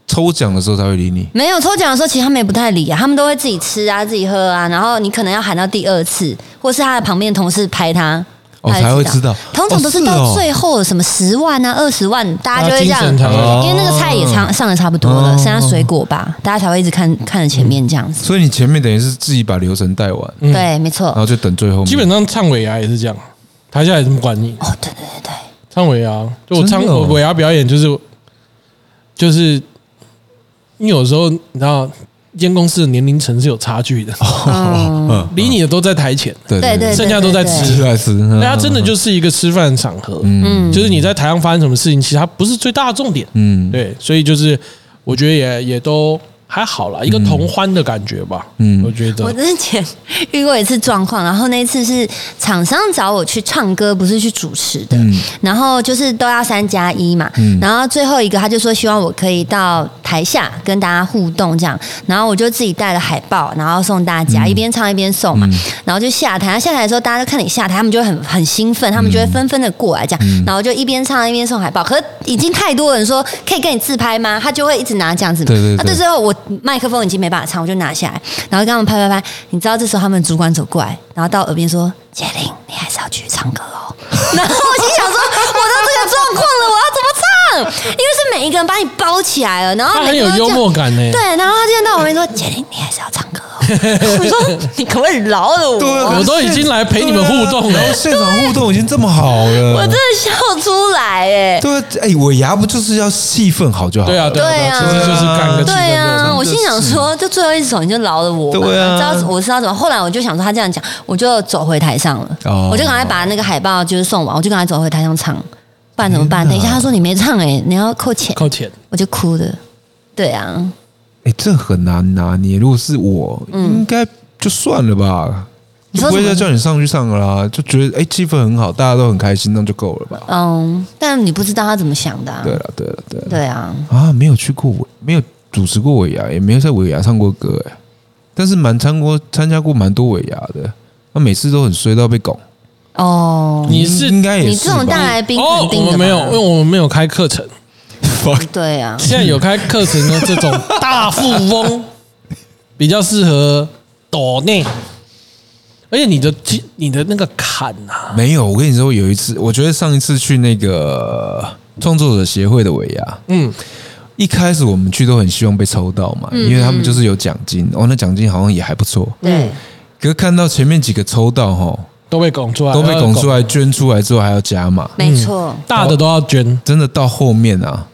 [SPEAKER 3] 抽奖的时候才会理你。
[SPEAKER 2] 没有抽奖的时候，其实他们也不太理啊，他们都会自己吃啊，自己喝啊，然后你可能要喊到第二次，或是他的旁边同事拍他。
[SPEAKER 3] 哦
[SPEAKER 2] 他
[SPEAKER 3] 才会知道
[SPEAKER 2] 通常都是
[SPEAKER 3] 哦是
[SPEAKER 2] 到
[SPEAKER 3] 哦
[SPEAKER 2] 最后什么十万啊、二十万，大家就会这样，
[SPEAKER 1] 大家精神才
[SPEAKER 3] 会
[SPEAKER 2] 因为那个菜也差上的差不多了，
[SPEAKER 3] 哦
[SPEAKER 2] 剩下水果吧，大家才会一直看看着前面这样子。
[SPEAKER 3] 所以你前面等于是自己把流程带完，
[SPEAKER 1] 嗯
[SPEAKER 2] 对，没错
[SPEAKER 3] 然。后就等最后面。
[SPEAKER 1] 基本上唱尾牙也是这样，台下也这么管你。
[SPEAKER 2] 哦，对对对对，
[SPEAKER 1] 唱尾牙，就我唱
[SPEAKER 3] 真的哦
[SPEAKER 1] 我尾牙表演就是就是，你有时候你知道，一间公司的年龄层是有差距的，
[SPEAKER 3] 嗯，
[SPEAKER 1] 理你的都在台前，
[SPEAKER 3] 对啊
[SPEAKER 2] 对对，
[SPEAKER 1] 剩下都在
[SPEAKER 2] 对对
[SPEAKER 1] 吃
[SPEAKER 3] 吃来吃，
[SPEAKER 1] 但它真的就是一个吃饭的场合，
[SPEAKER 3] 嗯
[SPEAKER 1] 就是你在台上发生什么事情，其实它不是最大的重点。
[SPEAKER 3] 嗯，
[SPEAKER 1] 对，所以就是我觉得也也都还好啦，一个同欢的感觉吧。嗯，我觉
[SPEAKER 2] 我
[SPEAKER 1] 得
[SPEAKER 2] 之前遇过一次状况，然后那一次是厂商找我去唱歌，不是去主持的，然后就是都要三加一嘛，然后最后一个他就说希望我可以到台下跟大家互动这样，然后我就自己带了海报，然后送大家、一边唱一边送嘛，然后就下台，下台的时候大家就看你下台，他们就会很很兴奋，他们就会纷纷的过来这样，然后就一边唱一边送海报，可是已经太多人说可以跟你自拍吗？他就会一直拿这样子，
[SPEAKER 3] 对对对
[SPEAKER 2] 啊最后我麦克风已经没办法唱，我就拿下来，然后跟他们拍拍拍。你知道这时候他们主管走过来，然后到耳边说：“杰林，你还是要去唱歌哦。” [laughs] 然后我心想说：“我都这个状况了，我要怎么唱？”因为是每一个人把你包起来了，然后
[SPEAKER 1] 他很
[SPEAKER 2] 每个
[SPEAKER 1] 有
[SPEAKER 2] 人
[SPEAKER 1] 幽
[SPEAKER 2] 这样
[SPEAKER 1] 默感呢。
[SPEAKER 2] 对，然后他就到我耳边说：“杰林，你还是要唱歌哦。”
[SPEAKER 1] [laughs]
[SPEAKER 2] 我说：“你可不可以饶了我？”
[SPEAKER 3] 啊
[SPEAKER 1] 我都已经来陪你们互动了
[SPEAKER 3] 然后现场互动已经这么好
[SPEAKER 2] [laughs]
[SPEAKER 3] 了，
[SPEAKER 2] 我真的笑出来哎！
[SPEAKER 3] 对啊，哎、尾牙不就是要气氛好就好？
[SPEAKER 1] 对啊，
[SPEAKER 3] 对
[SPEAKER 1] 对啊，对啊，
[SPEAKER 2] 对啊
[SPEAKER 1] 其实就是干个气
[SPEAKER 2] 对
[SPEAKER 1] 氛热
[SPEAKER 2] 啊，
[SPEAKER 1] 身。
[SPEAKER 2] 我心想说，就最后一首你就饶了我吧，
[SPEAKER 3] 对啊
[SPEAKER 2] 知道我知道怎么。后来我就想说，他这样讲，我就走回台上了，
[SPEAKER 3] 哦
[SPEAKER 2] 我就赶快把那个海报就是送完，我就赶快走回台上唱，不然怎么办？等一下他说你没唱哎、你要扣钱，
[SPEAKER 1] 扣钱，
[SPEAKER 2] 我就哭了。对啊，
[SPEAKER 3] 哎、这很难拿捏。如果是我，应该就算了吧。
[SPEAKER 2] 嗯你说
[SPEAKER 3] 就不会
[SPEAKER 2] 什么
[SPEAKER 3] 再叫你上去上了啦，就觉得哎气、氛很好，大家都很开心，那就够了吧？
[SPEAKER 2] 嗯，但你不知道他怎么想的、啊，
[SPEAKER 3] 对了，对了，对了。
[SPEAKER 2] 对啊，
[SPEAKER 3] 啊，没有去过尾，没有主持过尾牙，也没有在尾牙唱过歌哎，但是蛮参过参加过蛮多尾牙的，那、每次都很衰到被拱。
[SPEAKER 2] 哦，
[SPEAKER 1] 你是
[SPEAKER 3] 应该也
[SPEAKER 2] 你
[SPEAKER 3] 是
[SPEAKER 2] 这种大
[SPEAKER 3] 吧
[SPEAKER 1] [laughs]
[SPEAKER 2] 来宾
[SPEAKER 1] 哦
[SPEAKER 2] 肯，
[SPEAKER 1] 我
[SPEAKER 2] 定的
[SPEAKER 1] 们
[SPEAKER 2] 嘛
[SPEAKER 1] 没有，因为我们没有开课程，
[SPEAKER 2] 对啊，
[SPEAKER 3] 嗯
[SPEAKER 1] 现在有开课程的这种大富
[SPEAKER 3] [laughs]
[SPEAKER 1] 翁，比较适合抖内。而且你的你的那个坎啊，
[SPEAKER 3] 没有，我跟你说，有一次，我觉得上一次去那个创作者协会的尾牙，
[SPEAKER 1] 嗯，
[SPEAKER 3] 一开始我们去都很希望被抽到嘛，
[SPEAKER 2] 嗯
[SPEAKER 3] 因为他们就是有奖金，哦，那奖金好像也还不错。
[SPEAKER 2] 对，
[SPEAKER 3] 可是看到前面几个抽到吼，
[SPEAKER 1] 都被拱出来，呃
[SPEAKER 3] 都被拱出来捐出来之后还要加码，
[SPEAKER 2] 没错，
[SPEAKER 1] 大的都要捐，
[SPEAKER 3] 真的到后面啊，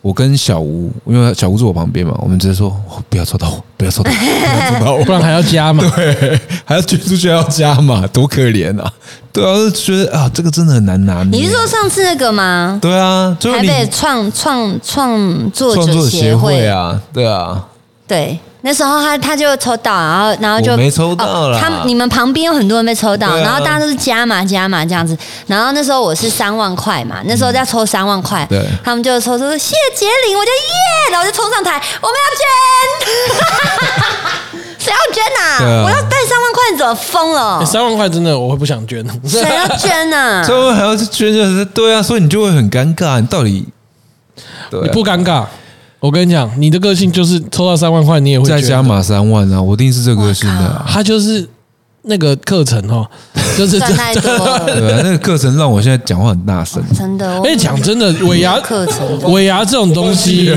[SPEAKER 3] 我跟小吴，因为小吴坐我旁边嘛，我们直接说、哦不要抽到我，不要抽到我，不要抽到我 [laughs]
[SPEAKER 1] 不，然还要加嘛。
[SPEAKER 3] 对，还要捐出去还要加码，多可怜啊！对啊，就觉得啊，这个真的很难拿捏。
[SPEAKER 2] 你是说上次那个吗？
[SPEAKER 3] 对啊，就是
[SPEAKER 2] 台
[SPEAKER 3] 你
[SPEAKER 2] 北创创创作
[SPEAKER 3] 创
[SPEAKER 2] 者
[SPEAKER 3] 作
[SPEAKER 2] 协
[SPEAKER 3] 协会
[SPEAKER 2] 会，
[SPEAKER 3] 啊，对啊，
[SPEAKER 2] 对，那时候他他就抽到，然后然后就哦
[SPEAKER 3] 我没抽到啦
[SPEAKER 2] 他们你们旁边有很多人被抽到，
[SPEAKER 3] 对啊
[SPEAKER 2] 然后大家都是加码加码这样子，然后那时候我是三万块嘛，那时候在抽三万块，
[SPEAKER 3] 对
[SPEAKER 2] 他们就抽说谢杰林，我就耶，然后我就冲上台，我们
[SPEAKER 3] [laughs]
[SPEAKER 2] 要捐，谁要捐呐、
[SPEAKER 3] 对啊
[SPEAKER 2] 我要带三万块，你怎么疯了
[SPEAKER 3] [laughs]
[SPEAKER 1] 欸？三万块真的我会不想捐，
[SPEAKER 2] 谁要捐啊呐、
[SPEAKER 3] 最后还要去捐，就是对啊，所以你就会很尴尬，你到底对啊、
[SPEAKER 1] 你不尴尬？我跟你讲，你的个性就是抽到三万块，你也会
[SPEAKER 3] 再
[SPEAKER 1] 捐
[SPEAKER 3] 加。码三万啊，我一定是这个个性的、啊。
[SPEAKER 1] 他就是那个课程
[SPEAKER 3] [laughs]
[SPEAKER 1] 哦，就是
[SPEAKER 2] 赚太多了，
[SPEAKER 3] 对啊，那个课程让我现在讲话很大声。
[SPEAKER 2] 真的。我
[SPEAKER 1] [laughs] 哎，讲真的，尾牙
[SPEAKER 2] 课程
[SPEAKER 1] 尾牙这种东
[SPEAKER 3] [laughs]
[SPEAKER 1] 西，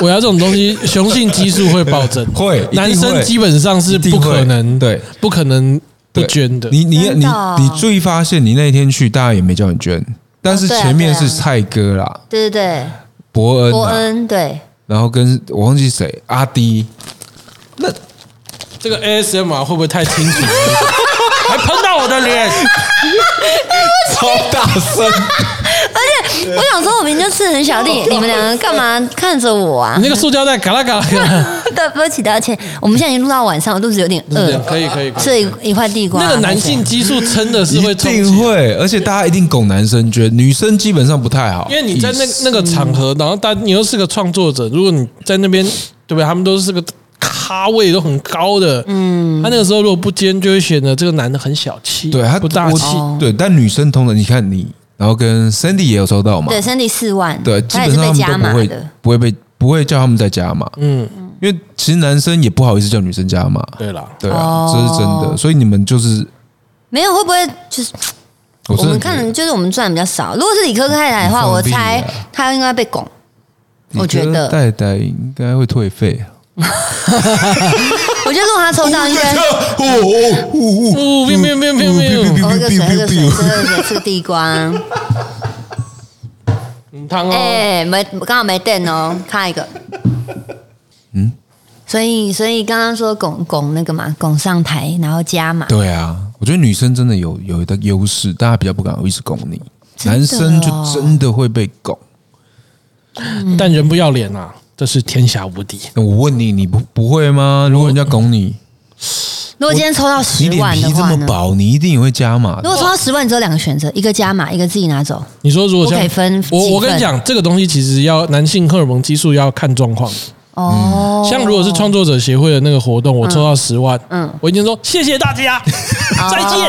[SPEAKER 1] 尾牙这种东西，雄性激素会暴增，
[SPEAKER 3] [laughs] 会一定会
[SPEAKER 1] 男生基本上是不可能，
[SPEAKER 3] 一定会对，
[SPEAKER 1] 不可能不
[SPEAKER 3] 对
[SPEAKER 1] 捐的。
[SPEAKER 3] 你你
[SPEAKER 2] 真
[SPEAKER 3] 你
[SPEAKER 2] 的哦
[SPEAKER 3] 你注意发现，你那一天去，大家也没叫你捐，但是
[SPEAKER 2] 哦对啊
[SPEAKER 3] 前面
[SPEAKER 2] 对啊
[SPEAKER 3] 是蔡哥啦、
[SPEAKER 2] 对对对。
[SPEAKER 3] 伯恩、
[SPEAKER 2] 伯
[SPEAKER 3] 啊，
[SPEAKER 2] 恩对，
[SPEAKER 3] 然后跟我忘记谁，阿迪，
[SPEAKER 2] [laughs]
[SPEAKER 3] 那
[SPEAKER 1] 这个 ASMR 会不会太清
[SPEAKER 3] [laughs]
[SPEAKER 1] 楚？还喷到我的脸，
[SPEAKER 3] 超大声，
[SPEAKER 2] 我想说，我明明就吃很小
[SPEAKER 3] [laughs]
[SPEAKER 2] 弟，你们两个干嘛看着我啊
[SPEAKER 1] 你？那个塑胶袋嘎啦嘎啦嘎啦，
[SPEAKER 2] 对不起，道歉。我们现在已经录到晚上，我肚子有点
[SPEAKER 1] 是不是
[SPEAKER 2] 饿，
[SPEAKER 1] 可以可以可以。
[SPEAKER 2] 吃了一块地瓜。
[SPEAKER 1] 那个男性激素撑的是会
[SPEAKER 3] 一
[SPEAKER 1] 冲
[SPEAKER 3] 定
[SPEAKER 1] 击，啊
[SPEAKER 3] 会，而且大家一定拱男生捐，女生基本上不太好，
[SPEAKER 1] 因为你在那那个场合，然后大你又是个创作者，如果你在那边，对不对？他们都是个咖位都很高的，嗯，他那个时候如果不尖，就会显得这个男的很小气，
[SPEAKER 3] 对他
[SPEAKER 1] 不大
[SPEAKER 3] 我
[SPEAKER 1] 气。
[SPEAKER 2] 哦
[SPEAKER 3] 对，但女生通常你看你，然后跟 Sandy 也有抽到嘛，
[SPEAKER 2] 对身体四万，
[SPEAKER 3] 对，基
[SPEAKER 2] 他也
[SPEAKER 3] 本
[SPEAKER 2] 是被
[SPEAKER 3] 上
[SPEAKER 2] 加
[SPEAKER 3] 他
[SPEAKER 2] 码
[SPEAKER 3] 们都
[SPEAKER 2] 的。
[SPEAKER 3] 不会不会被不会叫他们再加码，
[SPEAKER 1] 嗯，
[SPEAKER 3] 因为其实男生也不好意思叫女生加码，
[SPEAKER 1] 对啦，
[SPEAKER 3] 对啊，
[SPEAKER 2] 哦
[SPEAKER 3] 这是真的，所以你们就是
[SPEAKER 2] 没有会不会就是
[SPEAKER 3] 我
[SPEAKER 2] 我
[SPEAKER 3] 真的
[SPEAKER 2] 们
[SPEAKER 3] 觉得
[SPEAKER 2] 看就是我们赚比较少？如果是理科太太的话，
[SPEAKER 3] 你
[SPEAKER 2] 我
[SPEAKER 3] 放屁啊
[SPEAKER 2] 猜他应该被拱。我觉
[SPEAKER 3] 你哥
[SPEAKER 2] 得，
[SPEAKER 3] 戴戴应该会退费，啊
[SPEAKER 2] 我觉得如果他抽到，应
[SPEAKER 1] [laughs]
[SPEAKER 2] 该
[SPEAKER 3] 哦哦哦哦，
[SPEAKER 1] 呜，变变变变变，
[SPEAKER 2] 哦，一个水，一个水，这个水，这个地瓜。
[SPEAKER 1] 嗯，汤哦，
[SPEAKER 2] 哎、没，刚好没电哦，看一个。嗯，所以所以刚刚说拱拱那个嘛，拱上台，然后加码，
[SPEAKER 3] 对啊，我觉得女生真的有有一个优势，大家比较不敢一直拱你，
[SPEAKER 2] 真的哦
[SPEAKER 3] 男生就真的会被拱，
[SPEAKER 1] 但人不要脸啊，这是天下无敌。
[SPEAKER 3] 那我问你，你不不会吗？如果人家拱你，
[SPEAKER 2] 如果今天抽到
[SPEAKER 3] 你
[SPEAKER 2] 十
[SPEAKER 3] 脸
[SPEAKER 2] 万的
[SPEAKER 3] 皮这
[SPEAKER 2] 话
[SPEAKER 3] 么
[SPEAKER 2] 呢？
[SPEAKER 3] 薄，你一定也会加码的
[SPEAKER 2] 啊如。果抽到十万，只有两个选择，一个加码，一个自己拿走。
[SPEAKER 1] 你说如果这样
[SPEAKER 2] 我可以分
[SPEAKER 1] 我
[SPEAKER 2] 几
[SPEAKER 1] 我跟你
[SPEAKER 2] 份
[SPEAKER 1] 讲，这个东西其实要男性荷尔蒙激素要看状况。
[SPEAKER 2] 哦，
[SPEAKER 1] 嗯像如果是创作者协会的那个活动，我抽到十万，嗯
[SPEAKER 2] 嗯，
[SPEAKER 1] 我一定说谢谢大家，再见，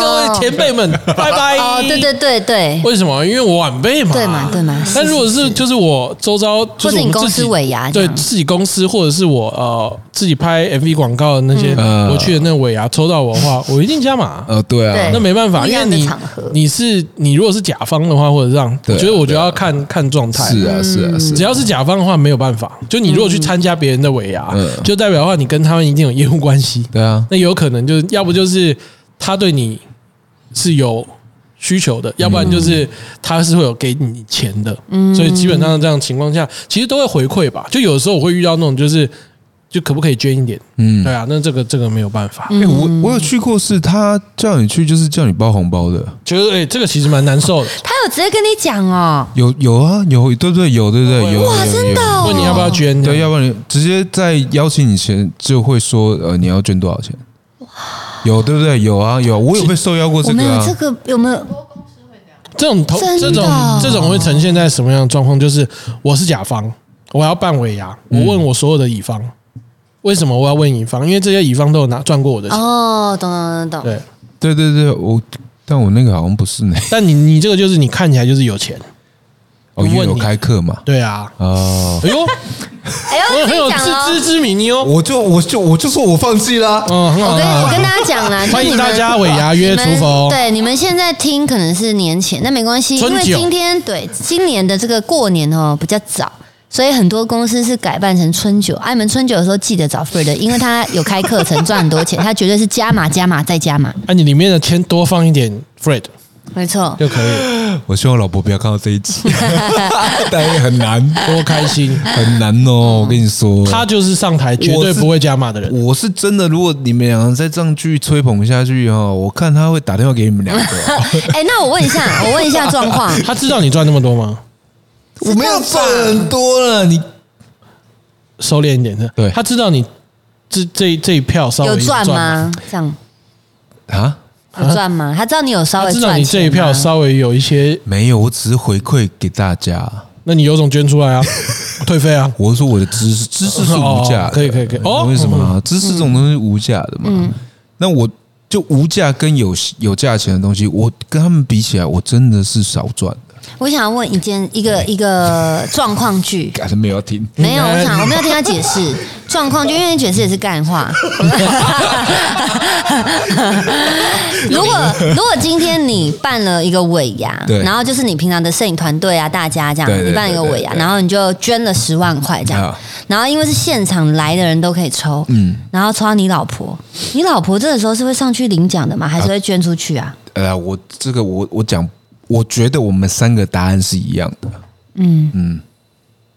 [SPEAKER 1] 各位前辈们，拜拜。
[SPEAKER 2] 哦，对对对对，
[SPEAKER 1] 为什么？因为我晚辈嘛。
[SPEAKER 2] 对嘛对嘛
[SPEAKER 1] 但
[SPEAKER 2] 是
[SPEAKER 1] 如果是就是我周遭，就是
[SPEAKER 2] 或是你
[SPEAKER 1] 我们自己
[SPEAKER 2] 公司尾牙这
[SPEAKER 1] 对
[SPEAKER 2] 样
[SPEAKER 1] 自己公司或者是我呃自己拍 MV 广告的那些，
[SPEAKER 3] 嗯
[SPEAKER 1] 我去的那个尾牙抽到我的
[SPEAKER 2] [laughs]
[SPEAKER 1] 话，我一定加码。
[SPEAKER 3] 呃，对啊
[SPEAKER 2] 对
[SPEAKER 1] 那，没办法，
[SPEAKER 2] 不一
[SPEAKER 1] 因为
[SPEAKER 2] 样的
[SPEAKER 1] 你
[SPEAKER 2] 场合
[SPEAKER 1] 你是你如果是甲方的话，或者让，我
[SPEAKER 3] 对啊
[SPEAKER 1] 觉得我觉
[SPEAKER 3] 对
[SPEAKER 1] 得
[SPEAKER 3] 啊
[SPEAKER 1] 要看看状态。
[SPEAKER 3] 是啊，是啊，是啊
[SPEAKER 1] 只要是甲方的话，没有办法。就你如果去参加别人的尾牙，
[SPEAKER 3] 嗯
[SPEAKER 1] 就代表的话，你跟他们一定有业务关系。
[SPEAKER 2] 嗯
[SPEAKER 3] 对啊，
[SPEAKER 1] 那有可能就是要不就是他对你是有需求的，要不然
[SPEAKER 3] 嗯
[SPEAKER 1] 就是他是会有给你钱的。所以基本上这样的情况下，其实都会回馈吧。就有时候我会遇到那种就是。就可不可以捐一点？
[SPEAKER 3] 嗯
[SPEAKER 1] 对。啊，那这个这个没有办法，
[SPEAKER 3] 哎、我我有去过，是他叫你去，就是叫你包红包的。
[SPEAKER 1] 觉得哎，这个其实蛮难受的。
[SPEAKER 2] 他有直接跟你讲哦，
[SPEAKER 3] 有有啊，有对不对？有对不对？有
[SPEAKER 2] 哇
[SPEAKER 3] 有
[SPEAKER 2] 真的哦
[SPEAKER 3] 有
[SPEAKER 1] 问你要不要捐？
[SPEAKER 3] 对，要不然你直接在邀请你前就会说，呃，你要捐多少钱？有对不对？有啊，有，我有被受邀过
[SPEAKER 2] 我
[SPEAKER 3] 这
[SPEAKER 2] 没
[SPEAKER 3] 个
[SPEAKER 2] 有
[SPEAKER 3] 啊
[SPEAKER 2] 这。个有没有？
[SPEAKER 1] 这种投
[SPEAKER 2] 真的
[SPEAKER 1] 这种这种会呈现在什么样的状况？就是我是甲方，我要办尾牙，我问我所有的乙方，为什么我要问乙方？因为这些乙方都有拿赚过我的钱，
[SPEAKER 2] 哦，懂懂懂懂。
[SPEAKER 1] 对。
[SPEAKER 3] 对对对，我但我那个好像不是呢。
[SPEAKER 1] 但你你这个就是你看起来就是有钱，
[SPEAKER 3] 哦，因为
[SPEAKER 1] 问
[SPEAKER 3] 有
[SPEAKER 1] 你
[SPEAKER 3] 开课嘛。
[SPEAKER 1] 对啊。
[SPEAKER 3] 哦，
[SPEAKER 1] 哎
[SPEAKER 2] [laughs]
[SPEAKER 1] 呦，
[SPEAKER 2] 哎呦，
[SPEAKER 1] 我
[SPEAKER 2] 自
[SPEAKER 1] 很有
[SPEAKER 2] 己
[SPEAKER 1] 自
[SPEAKER 2] 讲哦。
[SPEAKER 1] 知之明哦。
[SPEAKER 3] 我就我就我就说我放弃啦。
[SPEAKER 1] 嗯，很好
[SPEAKER 2] 我跟
[SPEAKER 1] 很好。
[SPEAKER 2] 我跟大家讲啦，
[SPEAKER 1] 欢迎
[SPEAKER 2] 就你们
[SPEAKER 1] 大家尾牙约厨
[SPEAKER 2] 你
[SPEAKER 1] 房
[SPEAKER 2] 们对，你们现在听可能是年前，那没关系，
[SPEAKER 1] 春
[SPEAKER 2] 因为
[SPEAKER 1] 酒
[SPEAKER 2] 今天对今年的这个过年哦比较早。所以很多公司是改办成春酒，哎、你们春酒的时候记得找 Fred，因为他有开课程赚很多
[SPEAKER 1] [laughs]
[SPEAKER 2] 钱，他绝对是加码加码再加码，
[SPEAKER 1] 啊，你里面的钱多放一点 Fred
[SPEAKER 2] 没错。
[SPEAKER 1] 就可以
[SPEAKER 2] [laughs]
[SPEAKER 1] 了，
[SPEAKER 3] [laughs] 我希望老婆不要看到这一集， [laughs] 但也很难
[SPEAKER 1] 多开心。
[SPEAKER 3] 很难哦。我跟你说，
[SPEAKER 1] 他就是上台绝对不会加码的人。
[SPEAKER 3] 我是真的，如果你们两个再这样继续吹捧下去哦，我看他会打电话给你们两个。
[SPEAKER 2] 哎、那我问一下，我问一下状况，
[SPEAKER 1] 他知道你 [laughs] 赚那么多吗？
[SPEAKER 3] [laughs] 我没有赚很多了，你
[SPEAKER 1] 收敛一点的。
[SPEAKER 3] 对
[SPEAKER 1] 他知道你这这这一票稍微
[SPEAKER 2] 有赚
[SPEAKER 1] 吗？
[SPEAKER 2] 吗？这样
[SPEAKER 3] 啊
[SPEAKER 2] 有赚吗？他知道你有稍
[SPEAKER 1] 他
[SPEAKER 2] 微
[SPEAKER 1] 知
[SPEAKER 2] 赚
[SPEAKER 1] 道你这一
[SPEAKER 2] 钱啊
[SPEAKER 1] 票
[SPEAKER 2] 吗
[SPEAKER 1] 稍微有一些，
[SPEAKER 3] 没有，我只是回馈给大家。
[SPEAKER 1] 那你有种捐出来
[SPEAKER 2] [laughs]
[SPEAKER 1] 啊，退费啊。
[SPEAKER 3] 我说我的知识，知识是无价的、
[SPEAKER 1] 哦可以可以可以哦
[SPEAKER 3] 为什么、啊？知识这种东西是无价的嘛。
[SPEAKER 2] 嗯
[SPEAKER 3] 那我就无价跟有有价钱的东西，我跟他们比起来，我真的是少赚的。
[SPEAKER 2] 我想问一件一个一个状况剧，
[SPEAKER 3] 还是没有要听，
[SPEAKER 2] 没有，
[SPEAKER 1] 嗯
[SPEAKER 2] 我想我没有听他解
[SPEAKER 3] [laughs]
[SPEAKER 2] 释状况，就因为你解释也是干话。如果如果今天你办了一个尾牙，
[SPEAKER 3] 对
[SPEAKER 2] 然后就是你平常的摄影团队啊，大家这
[SPEAKER 3] 对对
[SPEAKER 2] 样，
[SPEAKER 3] 对
[SPEAKER 2] 你办一个尾牙，
[SPEAKER 3] 对对对
[SPEAKER 2] 然后你就捐了十万块这样
[SPEAKER 3] 啊，
[SPEAKER 2] 然后因为是现场来的人都可以抽，
[SPEAKER 3] 嗯
[SPEAKER 2] 然后抽到你老婆，你老婆这个时候是会上去领奖的吗？还是会捐出去啊？
[SPEAKER 3] 呃，我这个我我讲，我觉得我们三个答案是一样的，
[SPEAKER 2] 嗯，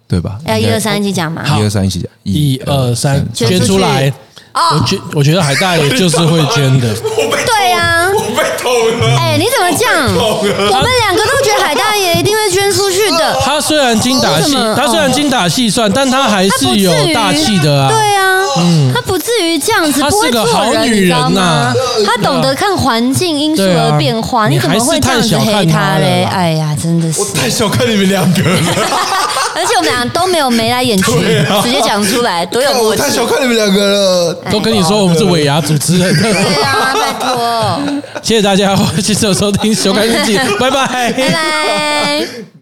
[SPEAKER 3] 对吧？
[SPEAKER 2] 要一
[SPEAKER 3] 应该
[SPEAKER 2] 二三一起讲吗？
[SPEAKER 3] 一二三一起讲，
[SPEAKER 1] 一二三，
[SPEAKER 2] 捐
[SPEAKER 1] 捐
[SPEAKER 2] 出
[SPEAKER 1] 出
[SPEAKER 2] 去哦
[SPEAKER 1] 来。我觉我觉得海
[SPEAKER 2] [laughs]
[SPEAKER 1] 大爷就是会捐的，
[SPEAKER 2] 对呀、我被捅了。哎、你怎么这样？我们两个都觉得海大爷一定会捐出去
[SPEAKER 1] [laughs]
[SPEAKER 2] 的，
[SPEAKER 1] 他虽然精打
[SPEAKER 2] 为
[SPEAKER 1] 细
[SPEAKER 2] 什，么
[SPEAKER 1] 他虽然精打细算，但他还
[SPEAKER 2] 他不
[SPEAKER 1] 是
[SPEAKER 2] 至于
[SPEAKER 1] 有大气的啊。
[SPEAKER 2] 对啊，
[SPEAKER 3] 嗯
[SPEAKER 2] 他不至于这样子，
[SPEAKER 1] 她
[SPEAKER 2] 不
[SPEAKER 1] 是
[SPEAKER 2] 会
[SPEAKER 1] 个
[SPEAKER 2] 做
[SPEAKER 1] 好
[SPEAKER 2] 人，
[SPEAKER 1] 女
[SPEAKER 2] 你知道
[SPEAKER 1] 人呐？
[SPEAKER 2] 吗他懂得看环境因素
[SPEAKER 1] 对啊
[SPEAKER 2] 而变化，
[SPEAKER 1] 你
[SPEAKER 2] 你怎么会这样子
[SPEAKER 1] 还是太小
[SPEAKER 2] 黑
[SPEAKER 1] 看她
[SPEAKER 2] 他
[SPEAKER 1] 了
[SPEAKER 2] 嘞？
[SPEAKER 1] 啦
[SPEAKER 2] 哎呀，真的是，
[SPEAKER 3] 太小看你们两个了，
[SPEAKER 2] [laughs] 而且我们俩都没有眉来眼去，直接讲出来，多有默契。
[SPEAKER 3] 啊
[SPEAKER 2] 哎
[SPEAKER 3] 看你们两个了。
[SPEAKER 1] 都跟你说我们是尾牙主持 [laughs] 人，
[SPEAKER 2] 对啊，拜托，
[SPEAKER 1] [laughs]
[SPEAKER 2] [laughs]
[SPEAKER 1] 谢谢大家，谢谢收听《修改日记》，拜拜
[SPEAKER 2] 拜拜。